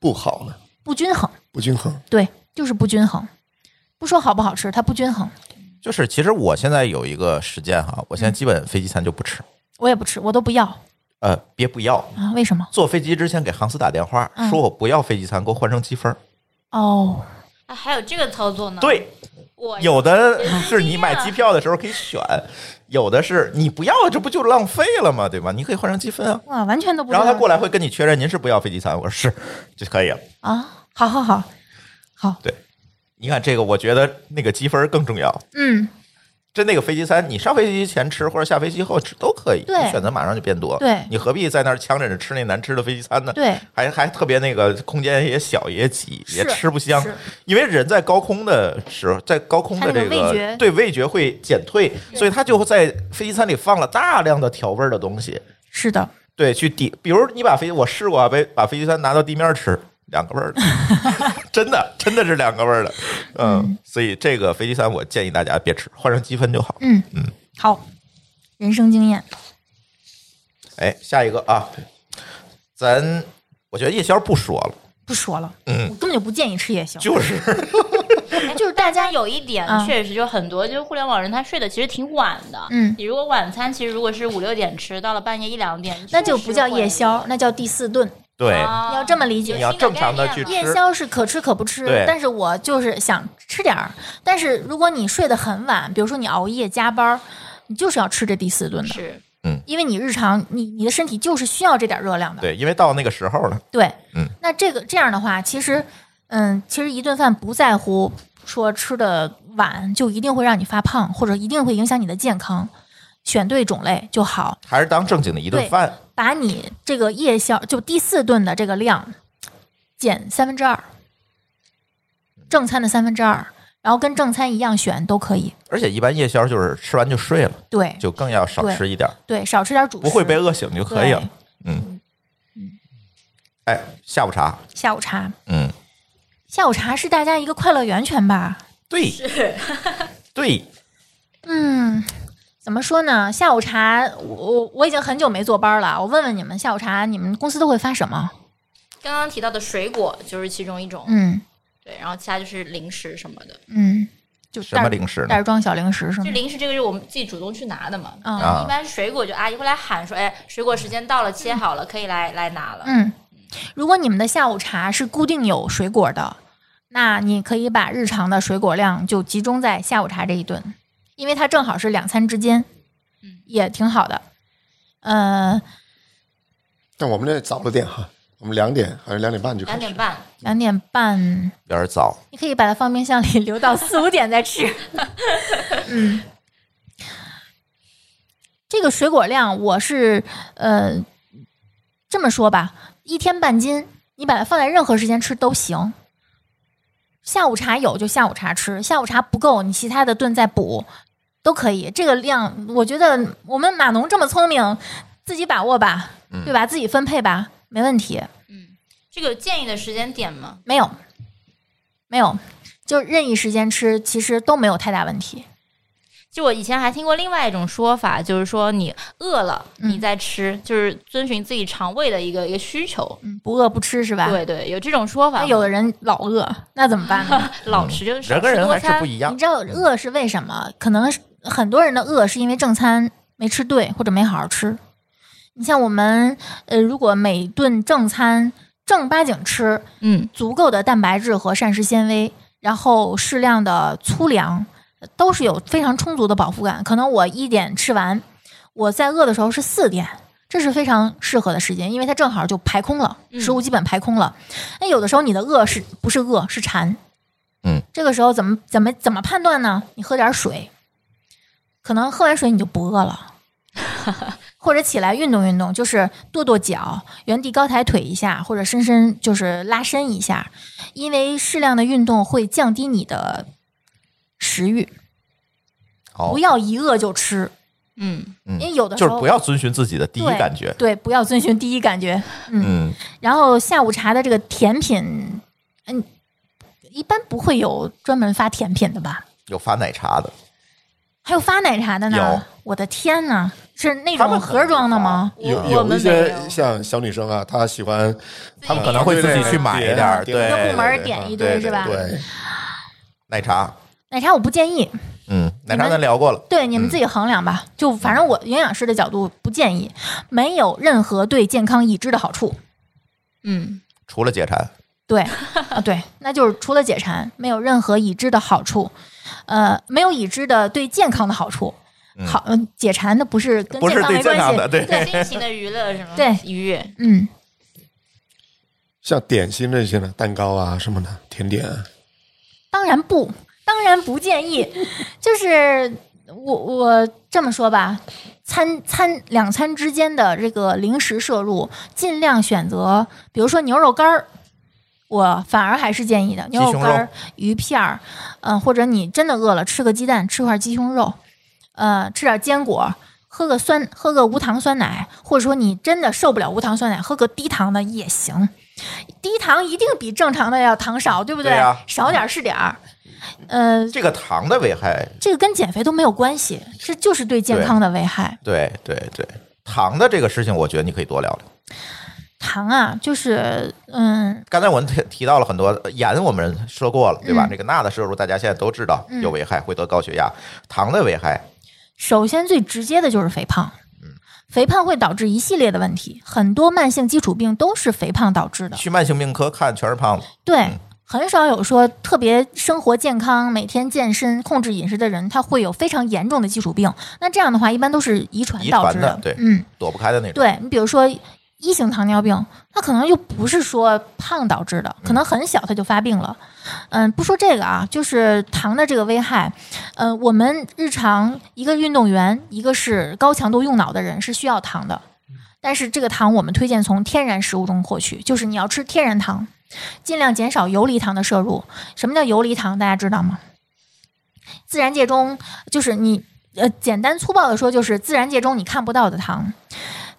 不好呢？不均衡，不均衡，对，就是不均衡。不说好不好吃，它不均衡，就是其实我现在有一个实践哈，我现在基本飞机餐就不吃，我也不吃，我都不要呃，别不要。啊？为什么？坐飞机之前给航司打电话，嗯说我不要飞机餐，给我换成积分儿。哦，哎还有这个操作呢？，对，我有的是你呀买机票的时候可以选，有的是你不要，这不就浪费了吗？对吧？你可以换成积分啊。哇，完全都不知然道。后他过来会跟你确认您是不要飞机餐，我说是就可以了。啊，好好好，好，对，你看这个，我觉得那个积分儿更重要。嗯，就那个飞机餐，你上飞机前吃或者下飞机后吃都可以，对你选择马上就变多。对你何必在那儿呛着着吃那难吃的飞机餐呢？对，还还特别那个空间也小也挤，是也吃不香是，因为人在高空的时候，在高空的这他那个个味觉对味觉会减退，所以他就会在飞机餐里放了大量的调味儿的东西，是的，对，去抵，比如你把飞，我试过啊，把把飞机餐拿到地面儿吃，两个味儿的， 真的真的是两个味儿的，嗯，所以这个飞机餐我建议大家别吃，换成积分就好。嗯嗯，好，人生经验，哎，下一个啊，咱我觉得夜宵不说了，不说了，我根本就不建议吃夜宵，嗯就是哎就是大家有一点嗯确实就很多，就是互联网人他睡的其实挺晚的。嗯你如果晚餐其实如果是五六点吃，到了半夜一两点，那就不叫夜确实宵，那叫第四顿。对会。啊你要这么理解你要正常地去有新的概念了吃夜宵是可吃可不吃对，但是我就是想吃点儿。但是如果你睡得很晚，比如说你熬夜加班儿，你就是要吃这第四顿的，是因为你日常你你的身体就是需要这点热量的。对，因为到那个时候了，对，嗯，那这个这样的话，其实，嗯，其实一顿饭不在乎说吃的晚就一定会让你发胖，或者一定会影响你的健康，选对种类就好，还是当正经的一顿对饭。把你这个夜宵就第四顿的这个量减三分之二，正餐的三分之二，然后跟正餐一样选都可以，而且一般夜宵就是吃完就睡了，对就更要少对吃一点儿，对，少吃点主食，不会被饿醒就可以了对。嗯，哎，下午茶，下午茶。嗯，下午茶是大家一个快乐源泉吧？对对，嗯，怎么说呢？下午茶，我我我已经很久没坐班了。我问问你们，下午茶你们公司都会发什么？刚刚提到的水果就是其中一种，嗯对，然后其他就是零食什么的。嗯，就什么袋零食呢袋装小零食是就吗？零食这个是我们自己主动去拿的嘛，嗯啊一般水果就阿姨会来喊说，哎，水果时间到了，切好了，可以来来拿了。嗯，如果你们的下午茶是固定有水果的，那你可以把日常的水果量就集中在下午茶这一顿，因为它正好是两餐之间，也挺好的。呃，但我们这早了点哈，我们两点还是两点半就两开始点。半，两点半，有点早。你可以把它放冰箱里 留到四五点再吃。嗯，这个水果量我是呃这么说吧，一天半斤，你把它放在任何时间吃都行。下午茶有就下午茶吃，下午茶不够你其他的顿再补都可以。这个量我觉得我们码农这么聪明，自己把握吧，对吧？自己分配吧，没问题。这个有建议的时间点吗？没有，没有，就任意时间吃，其实都没有太大问题。就我以前还听过另外一种说法，就是说你饿了嗯你再吃，就是遵循自己肠胃的一个一个需求。嗯，不饿不吃是吧？。对对，有这种说法那吗。有的人老饿，那怎么 办呢？老吃就是少人跟吃人多还是餐不一样你知，道饿是为什么？可能是很多人的饿是因为正餐没吃对，或者没好好吃。你像我们，呃，如果每顿正餐正儿八经吃，嗯，足够的蛋白质和膳食纤维，然后适量的粗粮，呃都是有非常充足的饱腹感。可能我一点吃完，我在饿的时候是四点，这是非常适合的时间，因为它正好就排空了，食物基本排空了。那、有的时候你的饿是不是饿是馋？嗯，这个时候怎么怎么怎么判断呢？你喝点水，可能喝完水你就不饿了。或者起来运动运动，就是跺跺脚，原地高抬腿一下，或者深深就是拉伸一下，因为适量的运动会降低你的食欲，好不，要一饿就吃，嗯，哦嗯因为有的时就候是不要遵循自己的第一对感觉。对，不要遵循第一感觉。嗯，然后下午茶的这个甜品，嗯，一般不会有专门发甜品的吧？有发奶茶的，还有发奶茶的有呢？我的天呐，是那他们啊种可盒能装的吗？有我我有们一没有些像小女生啊，她喜欢他们可能会自己去买一点儿，嗯对对，对一个部门对点一对堆对是啊吧？对奶茶，奶茶我不建议，嗯，奶茶你们咱聊过了，对，你们自己衡量吧。就反正我营养师的角度不建议，没有任何对健康已知的好处。嗯， 除了解馋， 对，啊对，那就是除了解馋，没有任何已知的好处，呃，没有已知的对健康的好处。好，嗯解馋的不是跟不是健康对没健康关的，系。 对对心情的娱乐什么对愉悦，嗯，像点心这些呢，蛋糕啊什么的，甜点啊，当然不，当然不建议。 就是我我这么说吧，餐餐两餐之间的这个零食摄入，尽量选择，比如说牛肉干儿。我反而还是建议的牛肉干鸡胸儿肉、鱼片儿，嗯、或者你真的饿了，吃个鸡蛋，吃块鸡胸肉，呃，吃点坚果，喝个酸，喝个无糖酸奶，或者说你真的受不了无糖酸奶，喝个低糖的也行。低糖一定比正常的要糖少，对不对呀少点儿是点儿。呃，这个糖的危害，这个跟减肥都没有关系，这就是对健康的危害。对对对，糖的这个事情，我觉得你可以多聊聊。糖啊，就是嗯，刚才我们提提到了很多呃盐，我们说过了，对吧？嗯这个钠的摄入，大家现在都知道有危害，会得高血压。糖的危害，首先最直接的就是肥胖。肥胖会导致一系列的问题，很多慢性基础病都是肥胖导致的。去慢性病科看全是胖子，对，很少有说特别生活健康、每天健身、控制饮食的人，他会有非常严重的基础病。那这样的话，一般都是遗传遗导传致的，对，嗯，躲不开的那种。对你比如说一型糖尿病，它可能就不是说胖导致的，嗯可能很小它就发病了。嗯，不说这个啊，就是糖的这个危害。嗯，我们日常一个运动员，一个是高强度用脑的人是需要糖的，嗯但是这个糖我们推荐从天然食物中获取，就是你要吃天然糖，尽量减少游离糖的摄入。什么叫游离糖？大家知道吗？自然界中就是你。呃，简单粗暴的说，就是自然界中你看不到的糖，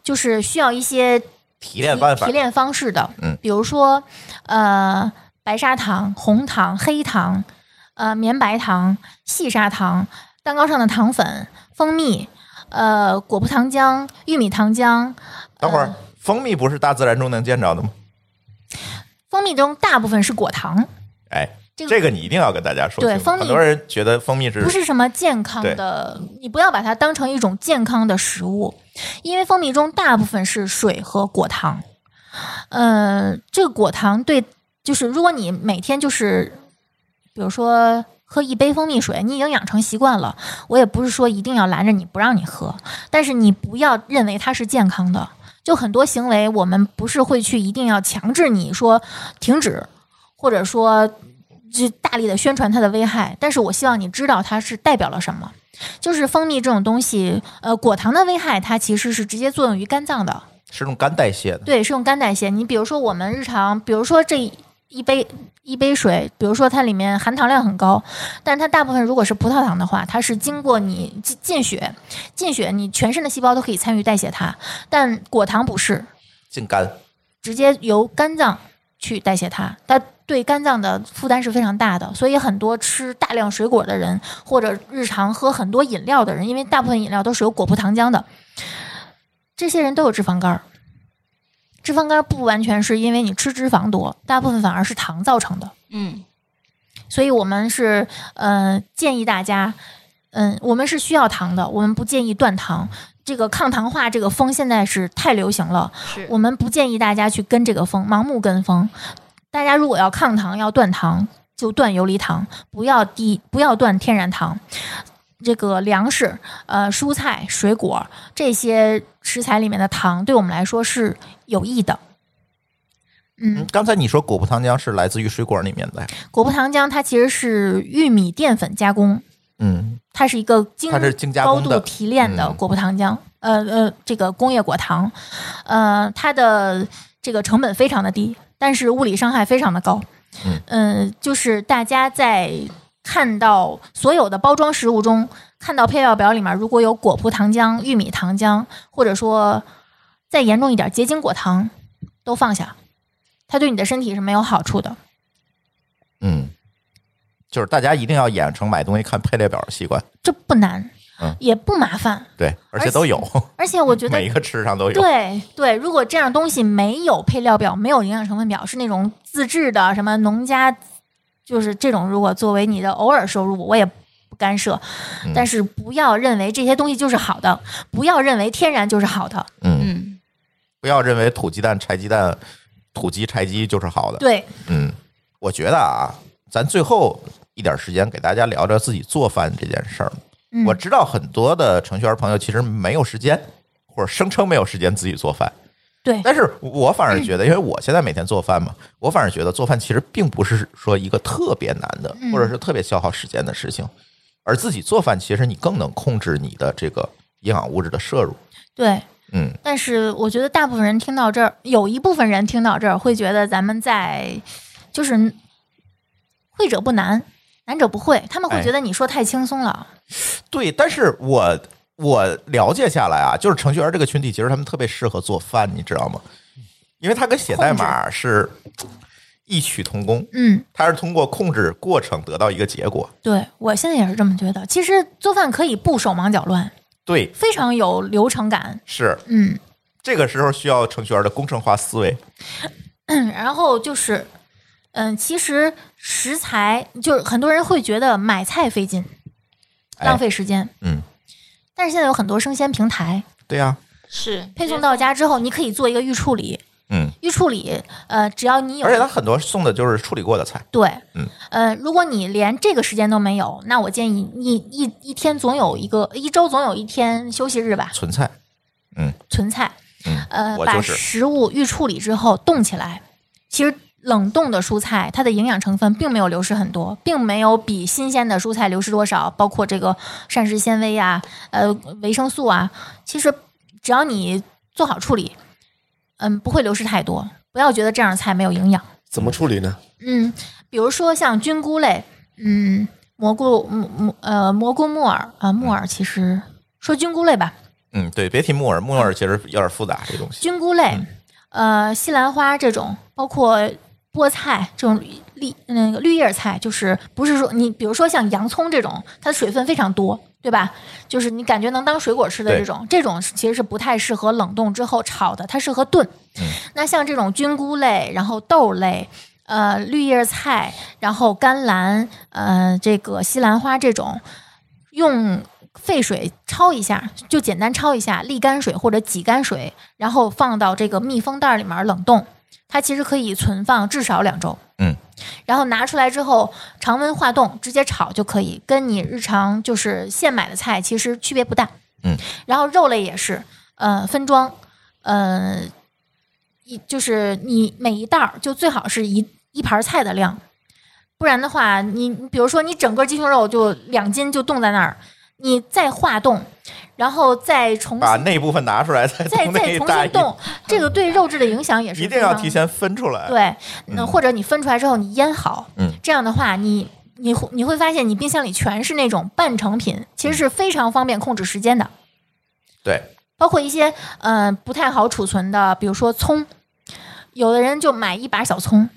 就是需要一些提炼办法提，炼方式的，嗯比如说呃白砂糖、红糖、黑糖、呃绵白糖、细砂糖、蛋糕上的糖粉、蜂蜜、呃果葡糖浆、玉米糖浆。等会嗯儿蜂蜜不是大自然中能见着的吗？蜂蜜中大部分是果糖，哎，这个这个你一定要跟大家说对清楚。蜂蜜很多人觉得蜂蜜是不是什么健康的，你不要把它当成一种健康的食物，因为蜂蜜中大部分是水和果糖。嗯，这个果糖对，就是如果你每天就是，比如说喝一杯蜂蜜水，你已经养成习惯了，我也不是说一定要拦着你不让你喝，但是你不要认为它是健康的。就很多行为，我们不是会去一定要强制你说停止，或者说就大力的宣传它的危害，但是我希望你知道它是代表了什么。就是蜂蜜这种东西，呃，果糖的危害，它其实是直接作用于肝脏的，是用肝代谢的，对，是用肝代谢。你比如说我们日常，比如说这一杯一杯水，比如说它里面含糖量很高，但它大部分如果是葡萄糖的话，它是经过你进进血，进血你全身的细胞都可以参与代谢它，但果糖不是，进肝。直接由肝脏去代谢它，它对肝脏的负担是非常大的。所以很多吃大量水果的人，或者日常喝很多饮料的人，因为大部分饮料都是有果葡糖浆的，这些人都有脂肪肝儿。脂肪肝儿不完全是因为你吃脂肪多，大部分反而是糖造成的。嗯，所以我们是嗯、呃、建议大家，嗯，我们是需要糖的，我们不建议断糖。这个抗糖化这个风现在是太流行了，是我们不建议大家去跟这个风，盲目跟风。大家如果要抗糖，要断糖，就断游离糖，不要低，不要断天然糖。这个粮食、呃蔬菜、水果这些食材里面的糖，对我们来说是有益的。嗯嗯，，刚才你说果葡糖浆是来自于水果里面的，果葡糖浆它其实是玉米淀粉加工，嗯，它是一个精它是精加高工的度提炼的嗯果葡糖浆，呃呃，这个工业果糖，呃，它的这个成本非常的低，但是物理伤害非常的高。嗯呃就是大家在看到所有的包装食物中，看到配料表里面如果有果葡糖浆、玉米糖浆，或者说再严重一点结晶果糖，都放下，它对你的身体是没有好处的。嗯，就是大家一定要养成买东西看配列表的习惯，这不难，嗯也不麻烦，对，而而且都且有，而且我觉得每一个吃上都有。对对，如果这样东西没有配料表，没有营养成分表，是那种自制的，什么农家，就是这种，如果作为你的偶尔收入，我也不干涉。嗯但是不要认为这些东西就是好的，不要认为天然就是好的。嗯，嗯，不要认为土鸡蛋、柴鸡蛋、土鸡、柴鸡就是好的。对，嗯，我觉得啊，咱最后一点时间给大家聊聊自己做饭这件事儿。嗯我知道很多的程序员朋友其实没有时间，或者声称没有时间自己做饭。对嗯但是我反而觉得，因为我现在每天做饭嘛，我反而觉得做饭其实并不是说一个特别难的，嗯或者是特别消耗时间的事情，而自己做饭其实你更能控制你的这个营养物质的摄入。对。嗯，但是我觉得大部分人听到这儿，有一部分人听到这儿会觉得咱们在就是会者不难，难者不会，他们会哎觉得你说太轻松了。对，但是我我了解下来啊，就是程序员这个群体，其实他们特别适合做饭，你知道吗？因为他跟写代码是异曲同工，嗯，他是通过控制过程得到一个结果。对我现在也是这么觉得。其实做饭可以不手忙脚乱，对，非常有流程感。是嗯， 这个时候需要程序员的工程化思维。然后就是，嗯，其实食材就是很多人会觉得买菜费劲，哎浪费时间。嗯，但是现在有很多生鲜平台，对呀、是配送到家之后，你可以做一个预处理。嗯，预处理，呃，只要你有而且他很多送的就是处理过的菜。对，嗯，呃，如果你连这个时间都没有，那我建议你一一天总有一个，一周总有一天休息日吧，纯菜，存菜，嗯呃，我把就是食物预处理之后冻起来。其实冷冻的蔬菜，它的营养成分并没有流失很多，并没有比新鲜的蔬菜流失多少，包括这个膳食纤维啊，呃，维生素啊，其实只要你做好处理，嗯，不会流失太多。不要觉得这样的菜没有营养。怎么处理呢？嗯，比如说像菌菇类，嗯，蘑菇，蘑蘑呃蘑菇木耳啊、木耳其实说菌菇类吧，嗯，对，别提木耳，木耳其实有点复杂，这东西。菌菇类，呃，西兰花这种，包括菠菜这种绿那个绿叶菜，就是不是说你比如说像洋葱这种，它的水分非常多，对吧？就是你感觉能当水果吃的对这种，这种是其实是不太适合冷冻之后炒的，它适合炖。那像这种菌菇类，然后豆类。呃，绿叶菜，然后甘蓝，呃，这个西兰花这种，用沸水焯一下，就简单焯一下，沥干水或者挤干水，然后放到这个密封袋里面冷冻。它其实可以存放至少两周。嗯，然后拿出来之后，常温化冻，直接炒就可以，跟你日常就是现买的菜其实区别不大。嗯，然后肉类也是，呃，分装，呃，一就是你每一袋儿就最好是一一盘菜的量，不然的话，你你比如说你整个鸡胸肉就两斤就冻在那儿，你再化冻，然后再重把新那部分拿出来，再再从那再一重大新冻，这个对肉质的影响也是一定非要常提前分出来。对，那或者你分出来之后你腌好，嗯这样的话你你会你会发现你冰箱里全是那种半成品，其嗯实是非常方便控制时间的，对，包括一些嗯、呃不太好储存的，比如说葱，有的人就买一把小葱，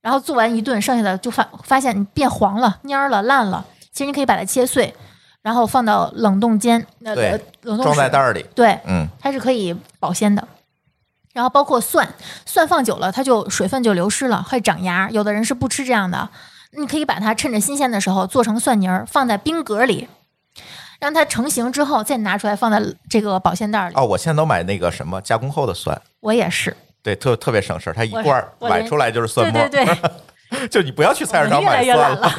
然后做完一顿，剩下的就发发现你变黄了、蔫儿了、烂了，其实你可以把它切碎，然后放到冷冻间，呃对，冷冻装在室袋儿里。对，嗯，它是可以保鲜的。然后包括蒜，蒜放久了，它就水分就流失了，会长芽。有的人是不吃这样的，你可以把它趁着新鲜的时候做成蒜泥儿，放在冰格里，让它成型之后再拿出来放在这个保鲜袋里。哦，我现在都买那个什么加工后的蒜，我也是，对，特特别省事儿，它一我罐儿我连买出来就是蒜对末对儿。对，就你不要去菜市我场越来买越蒜懒了。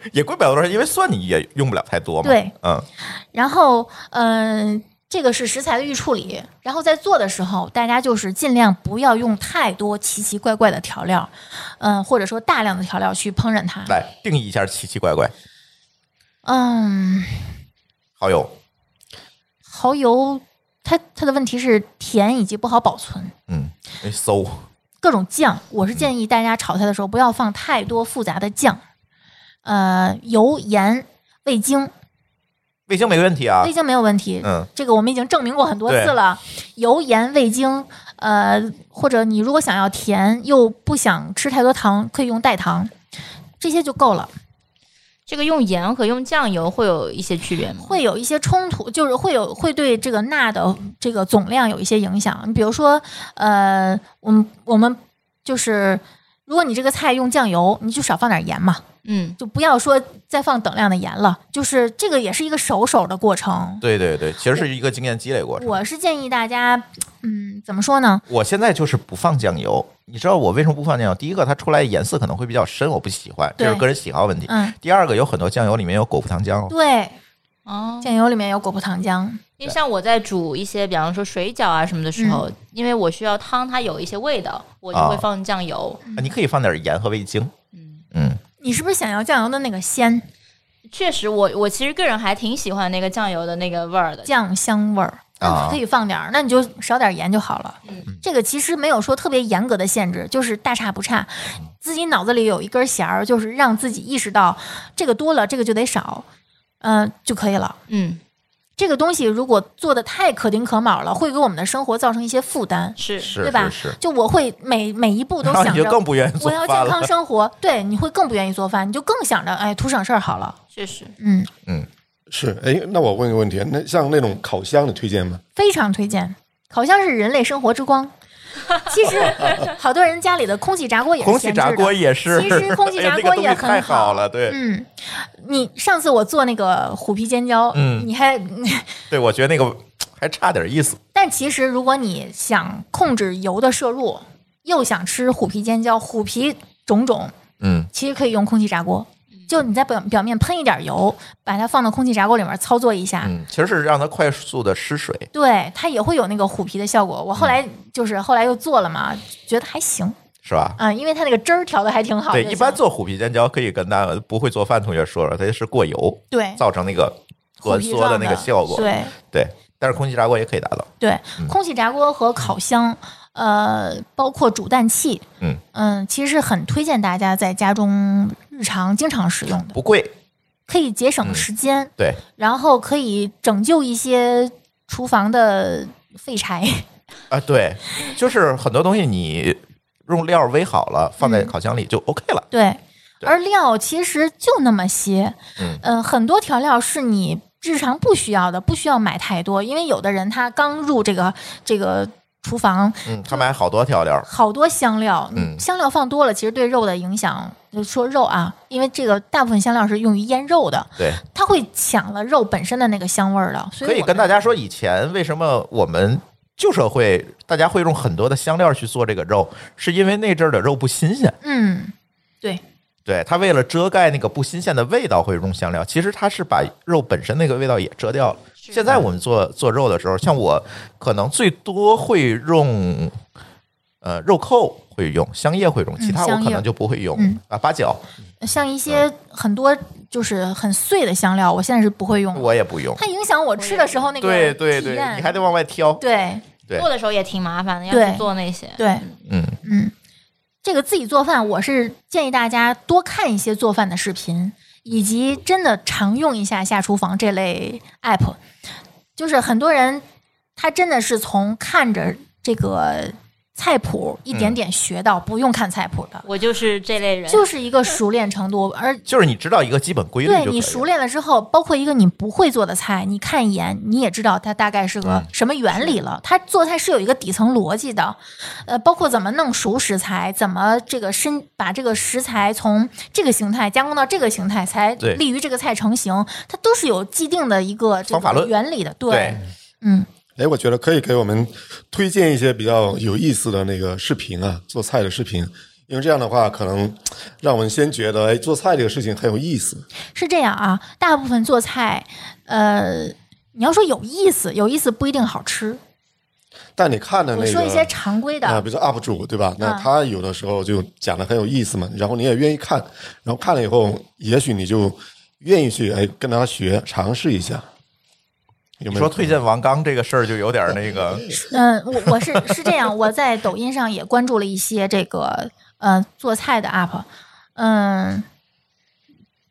也贵不了多少钱，因为蒜你也用不了太多嘛。对，嗯， 然后，嗯、这个是食材的预处理。然后在做的时候，大家就是尽量不要用太多奇奇怪怪的调料，嗯、或者说大量的调料去烹饪它。来定义一下奇奇怪怪，嗯，好友，蚝油它它的问题是甜以及不好保存。嗯，哎搜，各种嗯酱，我是建议大家炒菜的时候不要放太多复杂的酱，呃，油、盐、味精，味精没问题啊味，精没有问题。嗯，这个我们已经证明过很多对次了。油、盐、味精，呃，或者你如果想要甜又不想吃太多糖，可以用代糖，这些就够了。这个用盐和用酱油会有一些区别吗？会有一些冲突，就是会有会对这个钠的这个总量有一些影响。你比如说，呃，我们我们就是，如果你这个菜用酱油，你就少放点盐嘛，嗯，就不要说再放等量的盐了。就是这个也是一个熟手的过程。对对对，其实是一个经验积累过程。我是建议大家，嗯，怎么说呢？我现在就是不放酱油，你知道我为什么不放酱油？第一个，它出来颜色可能会比较深，我不喜欢，这对是个人喜好问题。嗯，第二个，有很多酱油里面有果葡糖浆哦，对，哦，酱油里面有果葡糖浆，因为像我在煮一些，比方说水饺啊什么的时候，嗯因为我需要汤它有一些味道，我就会啊放酱油。啊你可以放点盐和味精。嗯嗯，你是不是想要酱油的那个鲜确实我，我其实个人还挺喜欢那个酱油的那个味儿的。酱香味儿？啊嗯那可以放点儿，那你就少点盐就好了。这个其实没有说特别严格的限制，就是大差不差，嗯自己脑子里有一根弦儿，就是让自己意识到这个多了，这个就得少，嗯、就可以了。嗯，这个东西如果做的太可丁可卯了，会给我们的生活造成一些负担，是是对吧是是。就我会每每一步 都然后想你就着更不愿意做我要饭健了康。生活，对，你会更不愿意做饭，你就更想着哎图省事儿好了，确实，嗯，是，哎，那我问个问题，那像那种烤箱，你推荐吗？非常推荐。烤箱是人类生活之光，其实好多人家里的空气炸锅也是空气闲置的炸锅也是，其 实空气哎炸锅也呀那个东西太很好了，对、嗯，你上次我做那个虎皮尖椒，嗯你还，对，我觉得那个还差点意思。但其实如果你想控制油的摄入，又想吃虎皮尖椒，虎皮种种，嗯，其实可以用空气炸锅。就你在表表面喷一点油，把它放到空气炸锅里面操作一下，嗯，其实是让它快速的失水。对它也会有那个虎皮的效果。我后嗯来就是后来又做了嘛，觉得还行，是吧？嗯，因为它那个汁儿调的还挺好的。对，一般做虎皮尖椒可以跟大家不会做饭同学说说，它是过油对造成那个哎虎挛皮缩状的那个效果。嗯对对，但是空气炸锅也可以达到。对，空气炸锅和烤箱，呃，包括煮蛋器，嗯其实是很推荐大家在家中日常经常使用的，不贵。可以节嗯省时间，对，然后可以拯救一些厨房的废柴。啊，对，就是很多东西你用料煨好了，放嗯在烤箱里就 OK 了。对，对而料其实就那么些，嗯呃很多调料是你日常不需要的，不需要买太多，因为有的人他刚入这个这个厨房，嗯，他买好多调料，好多香料，嗯香料放多了，其实对肉的影响，就说肉啊，因为这个大部分香料是用于腌肉的，对，它会抢了肉本身的那个香味儿的。所可以我跟大家说，以前为什么我们旧社会大家会用很多的香料去做这个肉，是因为那阵儿的肉不新鲜。嗯，对，对他为了遮盖那个不新鲜的味道，会用香料。其实他是把肉本身那个味道也遮掉了。是现在我们做做肉的时候，像我可能最多会用，呃，肉蔻会用，香叶会用，其他我嗯香可叶能就不会用、嗯啊。八角像一些嗯很多就是很碎的香料，我现在是不会用的，我也不用。它影响我吃的时候那个对对对体验，你还得往外挑。对对做的时候也挺麻烦的，要对去做那些。对，嗯，嗯，这个自己做饭，我是建议大家多看一些做饭的视频，以及真的常用一下下厨房这类 app。就是很多人他真的是从看着这个菜谱一点点学到，不用看菜谱的，我就是这类人，就是一个熟练程度。而就是你知道一个基本规律就可对以了。你熟练了之后，包括一个你不会做的菜，你看一眼你也知道它大概是个嗯什么原理了。它做菜是有一个底层逻辑的，呃，包括怎么弄熟食材，怎么这个深把这个食材从这个形态加工到这个形态，才对利于这个菜成型，它都是有既定的一个这方法个论原理的。对，对，嗯，哎，我觉得可以给我们推荐一些比较有意思的那个视频啊，做菜的视频，因为这样的话，可能让我们先觉得，哎，做菜这个事情很有意思。是这样啊，大部分做菜，呃。你要说有意思，有意思不一定好吃。但你看的那我个，说一些常规的，啊、比如说 UP 主对吧？那啊他有的时候就讲的很有意思嘛，然后你也愿意看，然后看了以后，也许你就愿意去哎跟他学，尝试一下。你有没有嗯说推荐王刚这个事儿就有点那个，嗯，我我是是这样，我在抖音上也关注了一些这个呃做菜的 UP，嗯，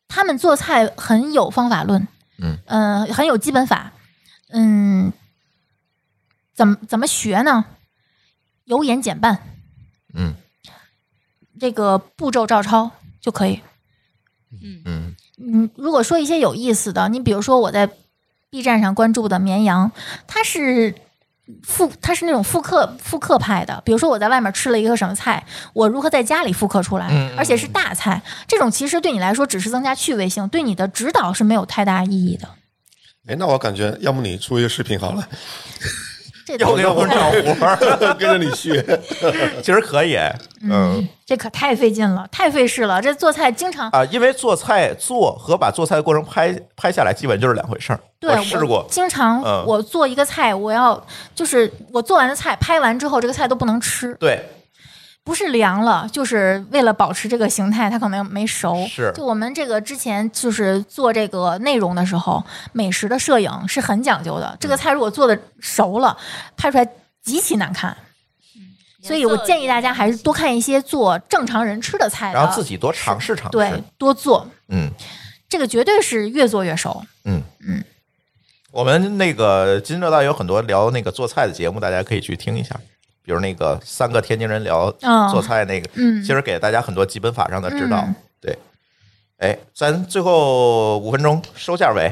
他们做菜很有方法论，嗯呃很有基本法，嗯，怎么怎么学呢？由简减半，嗯这个步骤照抄就可以。嗯，嗯，嗯，如果说一些有意思的，你比如说我在 B 站上关注的绵羊，它是复，它是那种复刻复刻派的。比如说我在外面吃了一个什么菜，我如何在家里复刻嗯出来，而且是大菜，这种其实对你来说只是增加趣味性，对你的指导是没有太大意义的。哎，那我感觉，要不你出一个视频好了， 这要给我找活儿，跟着你学。 其实可以。嗯， 这可太费劲了，太费事了。这做菜经常啊，因为做菜做和把做菜的过程拍拍下来，基本就是两回事儿。对，我试过，经常嗯我做一个菜，我要就是我做完的菜拍完之后，这个菜都不能吃，对，不是凉了，就是为了保持这个形态，它可能没熟。是就我们这个之前就是做这个内容的时候，美食的摄影是很讲究的。这嗯个菜如果做的熟了，拍出来极其难看。所以我建议大家还是多看一些做正常人吃的菜的，然后自己多尝试尝对试。多做，嗯这个绝对是越做越熟。嗯嗯。我们那个津津乐道有很多聊那个做菜的节目，大家可以去听一下。比如那个三个天津人聊嗯做菜那个，嗯其实给大家很多基本法上的指导。嗯对，哎，咱最后五分钟收下尾。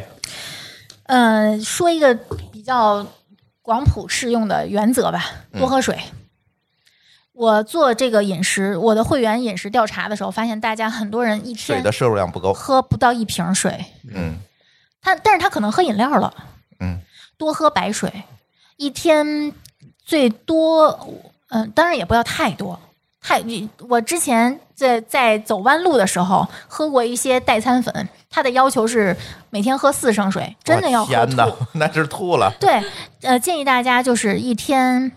嗯，说一个比较广谱适用的原则吧，嗯多喝水。我做这个饮食，我的会员饮食调查的时候，发现大家很多人一水天的摄入量不够，喝不到一瓶水，嗯，他但是他可能喝饮料了，嗯，多喝白水，一天最多，嗯、当然也不要太多。太，你我之前在在走弯路的时候喝过一些代餐粉，它的要求是每天喝四升水，真的要哇喝天哪吐。，那是吐了。对，呃，建议大家就是一天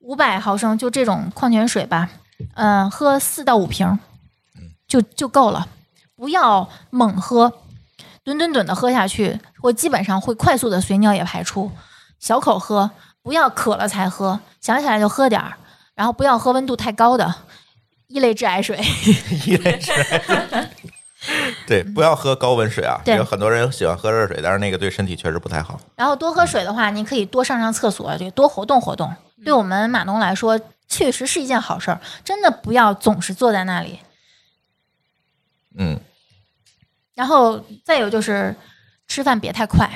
五百毫升，就这种矿泉水吧，嗯、喝四到五瓶，就就够了，不要猛喝，吨吨吨的喝下去，我基本上会快速的随尿液排出，小口喝，不要渴了才喝，想起来就喝点儿，然后不要喝温度太高的。一类致癌水，一类水。 对，不要喝高温水啊！对有很多人喜欢喝热水，但是那个对身体确实不太好。然后多喝水的话，你可以多上上厕所，就多活动活动。对我们码农来说，确实是一件好事儿。真的不要总是坐在那里，嗯，然后再有就是吃饭别太快，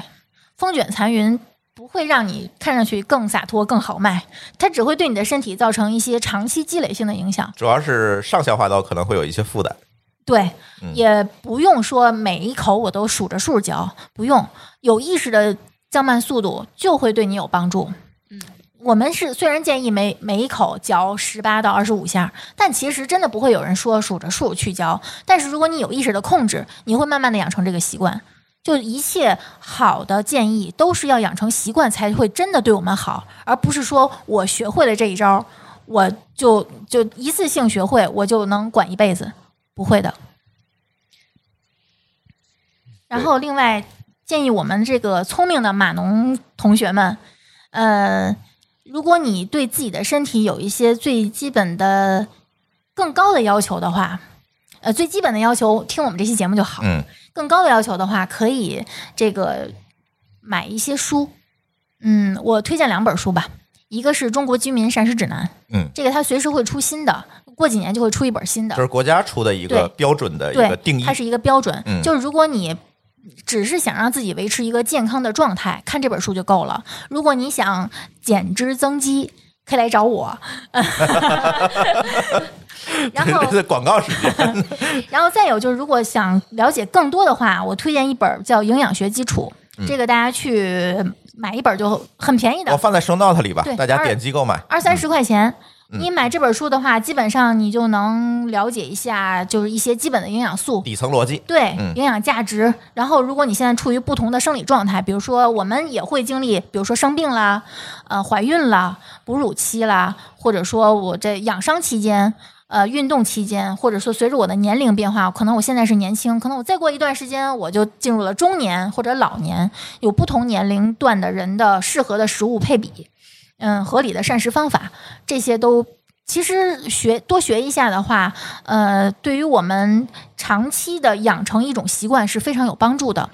风卷残云不会让你看上去更洒脱、更豪迈，它只会对你的身体造成一些长期积累性的影响。主要是上消化道可能会有一些负担。对，也不用说每一口我都数着数嚼，不用有意识的降慢速度，就会对你有帮助。嗯，我们是虽然建议每每一口嚼十八到二十五下，但其实真的不会有人说数着数去嚼。但是如果你有意识的控制，你会慢慢的养成这个习惯。就一切好的建议都是要养成习惯才会真的对我们好，而不是说我学会了这一招，我就就一次性学会，我就能管一辈子，不会的。然后另外建议我们这个聪明的码农同学们，呃，如果你对自己的身体有一些最基本的、更高的要求的话，呃，最基本的要求听我们这期节目就好。嗯，更高的要求的话，可以这个买一些书。嗯，我推荐两本书吧，一个是《中国居民膳食指南》，嗯这个它随时会出新的，过几年就会出一本新的这。是国家出的一个对标准的一个定对，义 它。是一个标准。嗯，就是如果你只是想让自己维持一个健康的状态，看这本书就够了。如果你想减脂增肌，可以来找我。然后这广告时间，然后再有就是，如果想了解更多的话，我推荐一本叫《营养学基础》，嗯这个大家去买一本就很便宜的我，放在 show note 里吧对，大家二点击购买。二三十块钱。你买这本书的话，基本上你就能了解一下，就是一些基本的营养素，底层逻辑，对嗯营养价值。然后，如果你现在处于不同的生理状态，比如说我们也会经历，比如说生病啦，呃，怀孕啦，哺乳期啦，或者说我这养伤期间。呃，运动期间，或者说随着我的年龄变化，可能我现在是年轻，可能我再过一段时间我就进入了中年或者老年，有不同年龄段的人的适合的食物配比，嗯，合理的膳食方法，这些都其实学多学一下的话，呃，对于我们长期的养成一种习惯是非常有帮助的。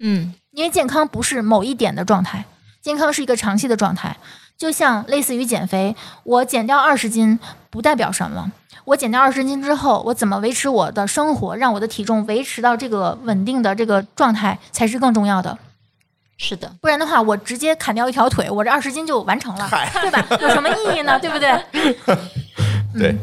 嗯因为健康不是某一点的状态，健康是一个长期的状态。就像类似于减肥，我减掉二十斤不代表什么，我减掉二十斤之后，我怎么维持我的生活，让我的体重维持到这个稳定的这个状态才是更重要的。是的，不然的话，我直接砍掉一条腿，我这二十斤就完成了，对吧？有什么意义呢？对不对？对，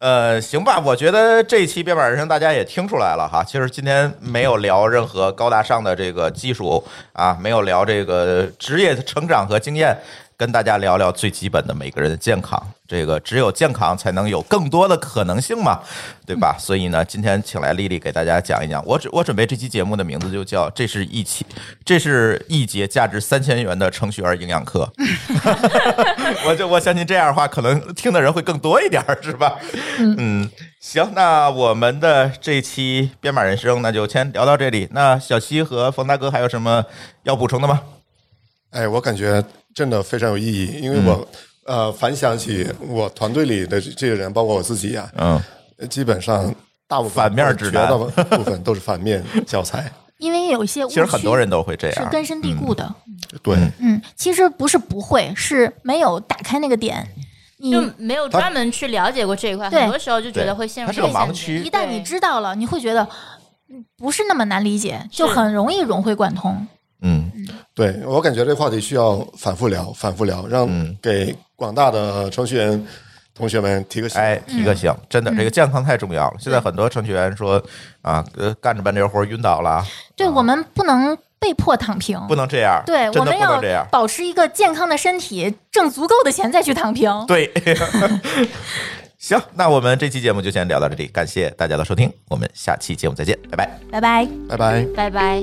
呃，行吧，我觉得这一期编码人生大家也听出来了哈。其实今天没有聊任何高大上的这个技术啊，没有聊这个职业成长和经验，跟大家聊聊最基本的每个人的健康。这个只有健康才能有更多的可能性嘛，对吧？所以呢，今天请来丽丽给大家讲一讲。我准我准备这期节目的名字就叫“这是一期，这是一节价值三千元的程序员营养课”。我就我相信这样的话，可能听的人会更多一点儿，是吧？嗯，行，那我们的这期编码人生那就先聊到这里。那小西和冯大哥还有什么要补充的吗？哎，我感觉真的非常有意义，因为我、嗯呃反想起我团队里的这这些人，包括我自己啊，嗯，基本上大部分反面指绝南大部分都是反面教材。因为有一些误其实很多区人都会这是样，根深蒂固的。对，嗯，其实不是不会，是没有打开那个点。你就没有他专门去了解过这一块，对很多时候就觉对得会陷入它是个这陷盲阱区一旦你知道了，你会觉得嗯不是那么难理解，就很容易融会贯通。嗯，对我感觉这个话题需要反复聊，反复聊，让给广大的程序员同学们提个醒。哎，提个醒，嗯真的，这个健康太重要了。现在很多程序员说啊，呃干着半截活儿晕倒了，对我们不能被迫躺平，啊不能这样，对真我的们不要能这样。保持一个健康的身体，挣足够的钱再去躺平。对， 行，那我们这期节目就先聊到这里，感谢大家的收听，我们下期节目再见，拜拜。拜拜。拜拜。拜拜。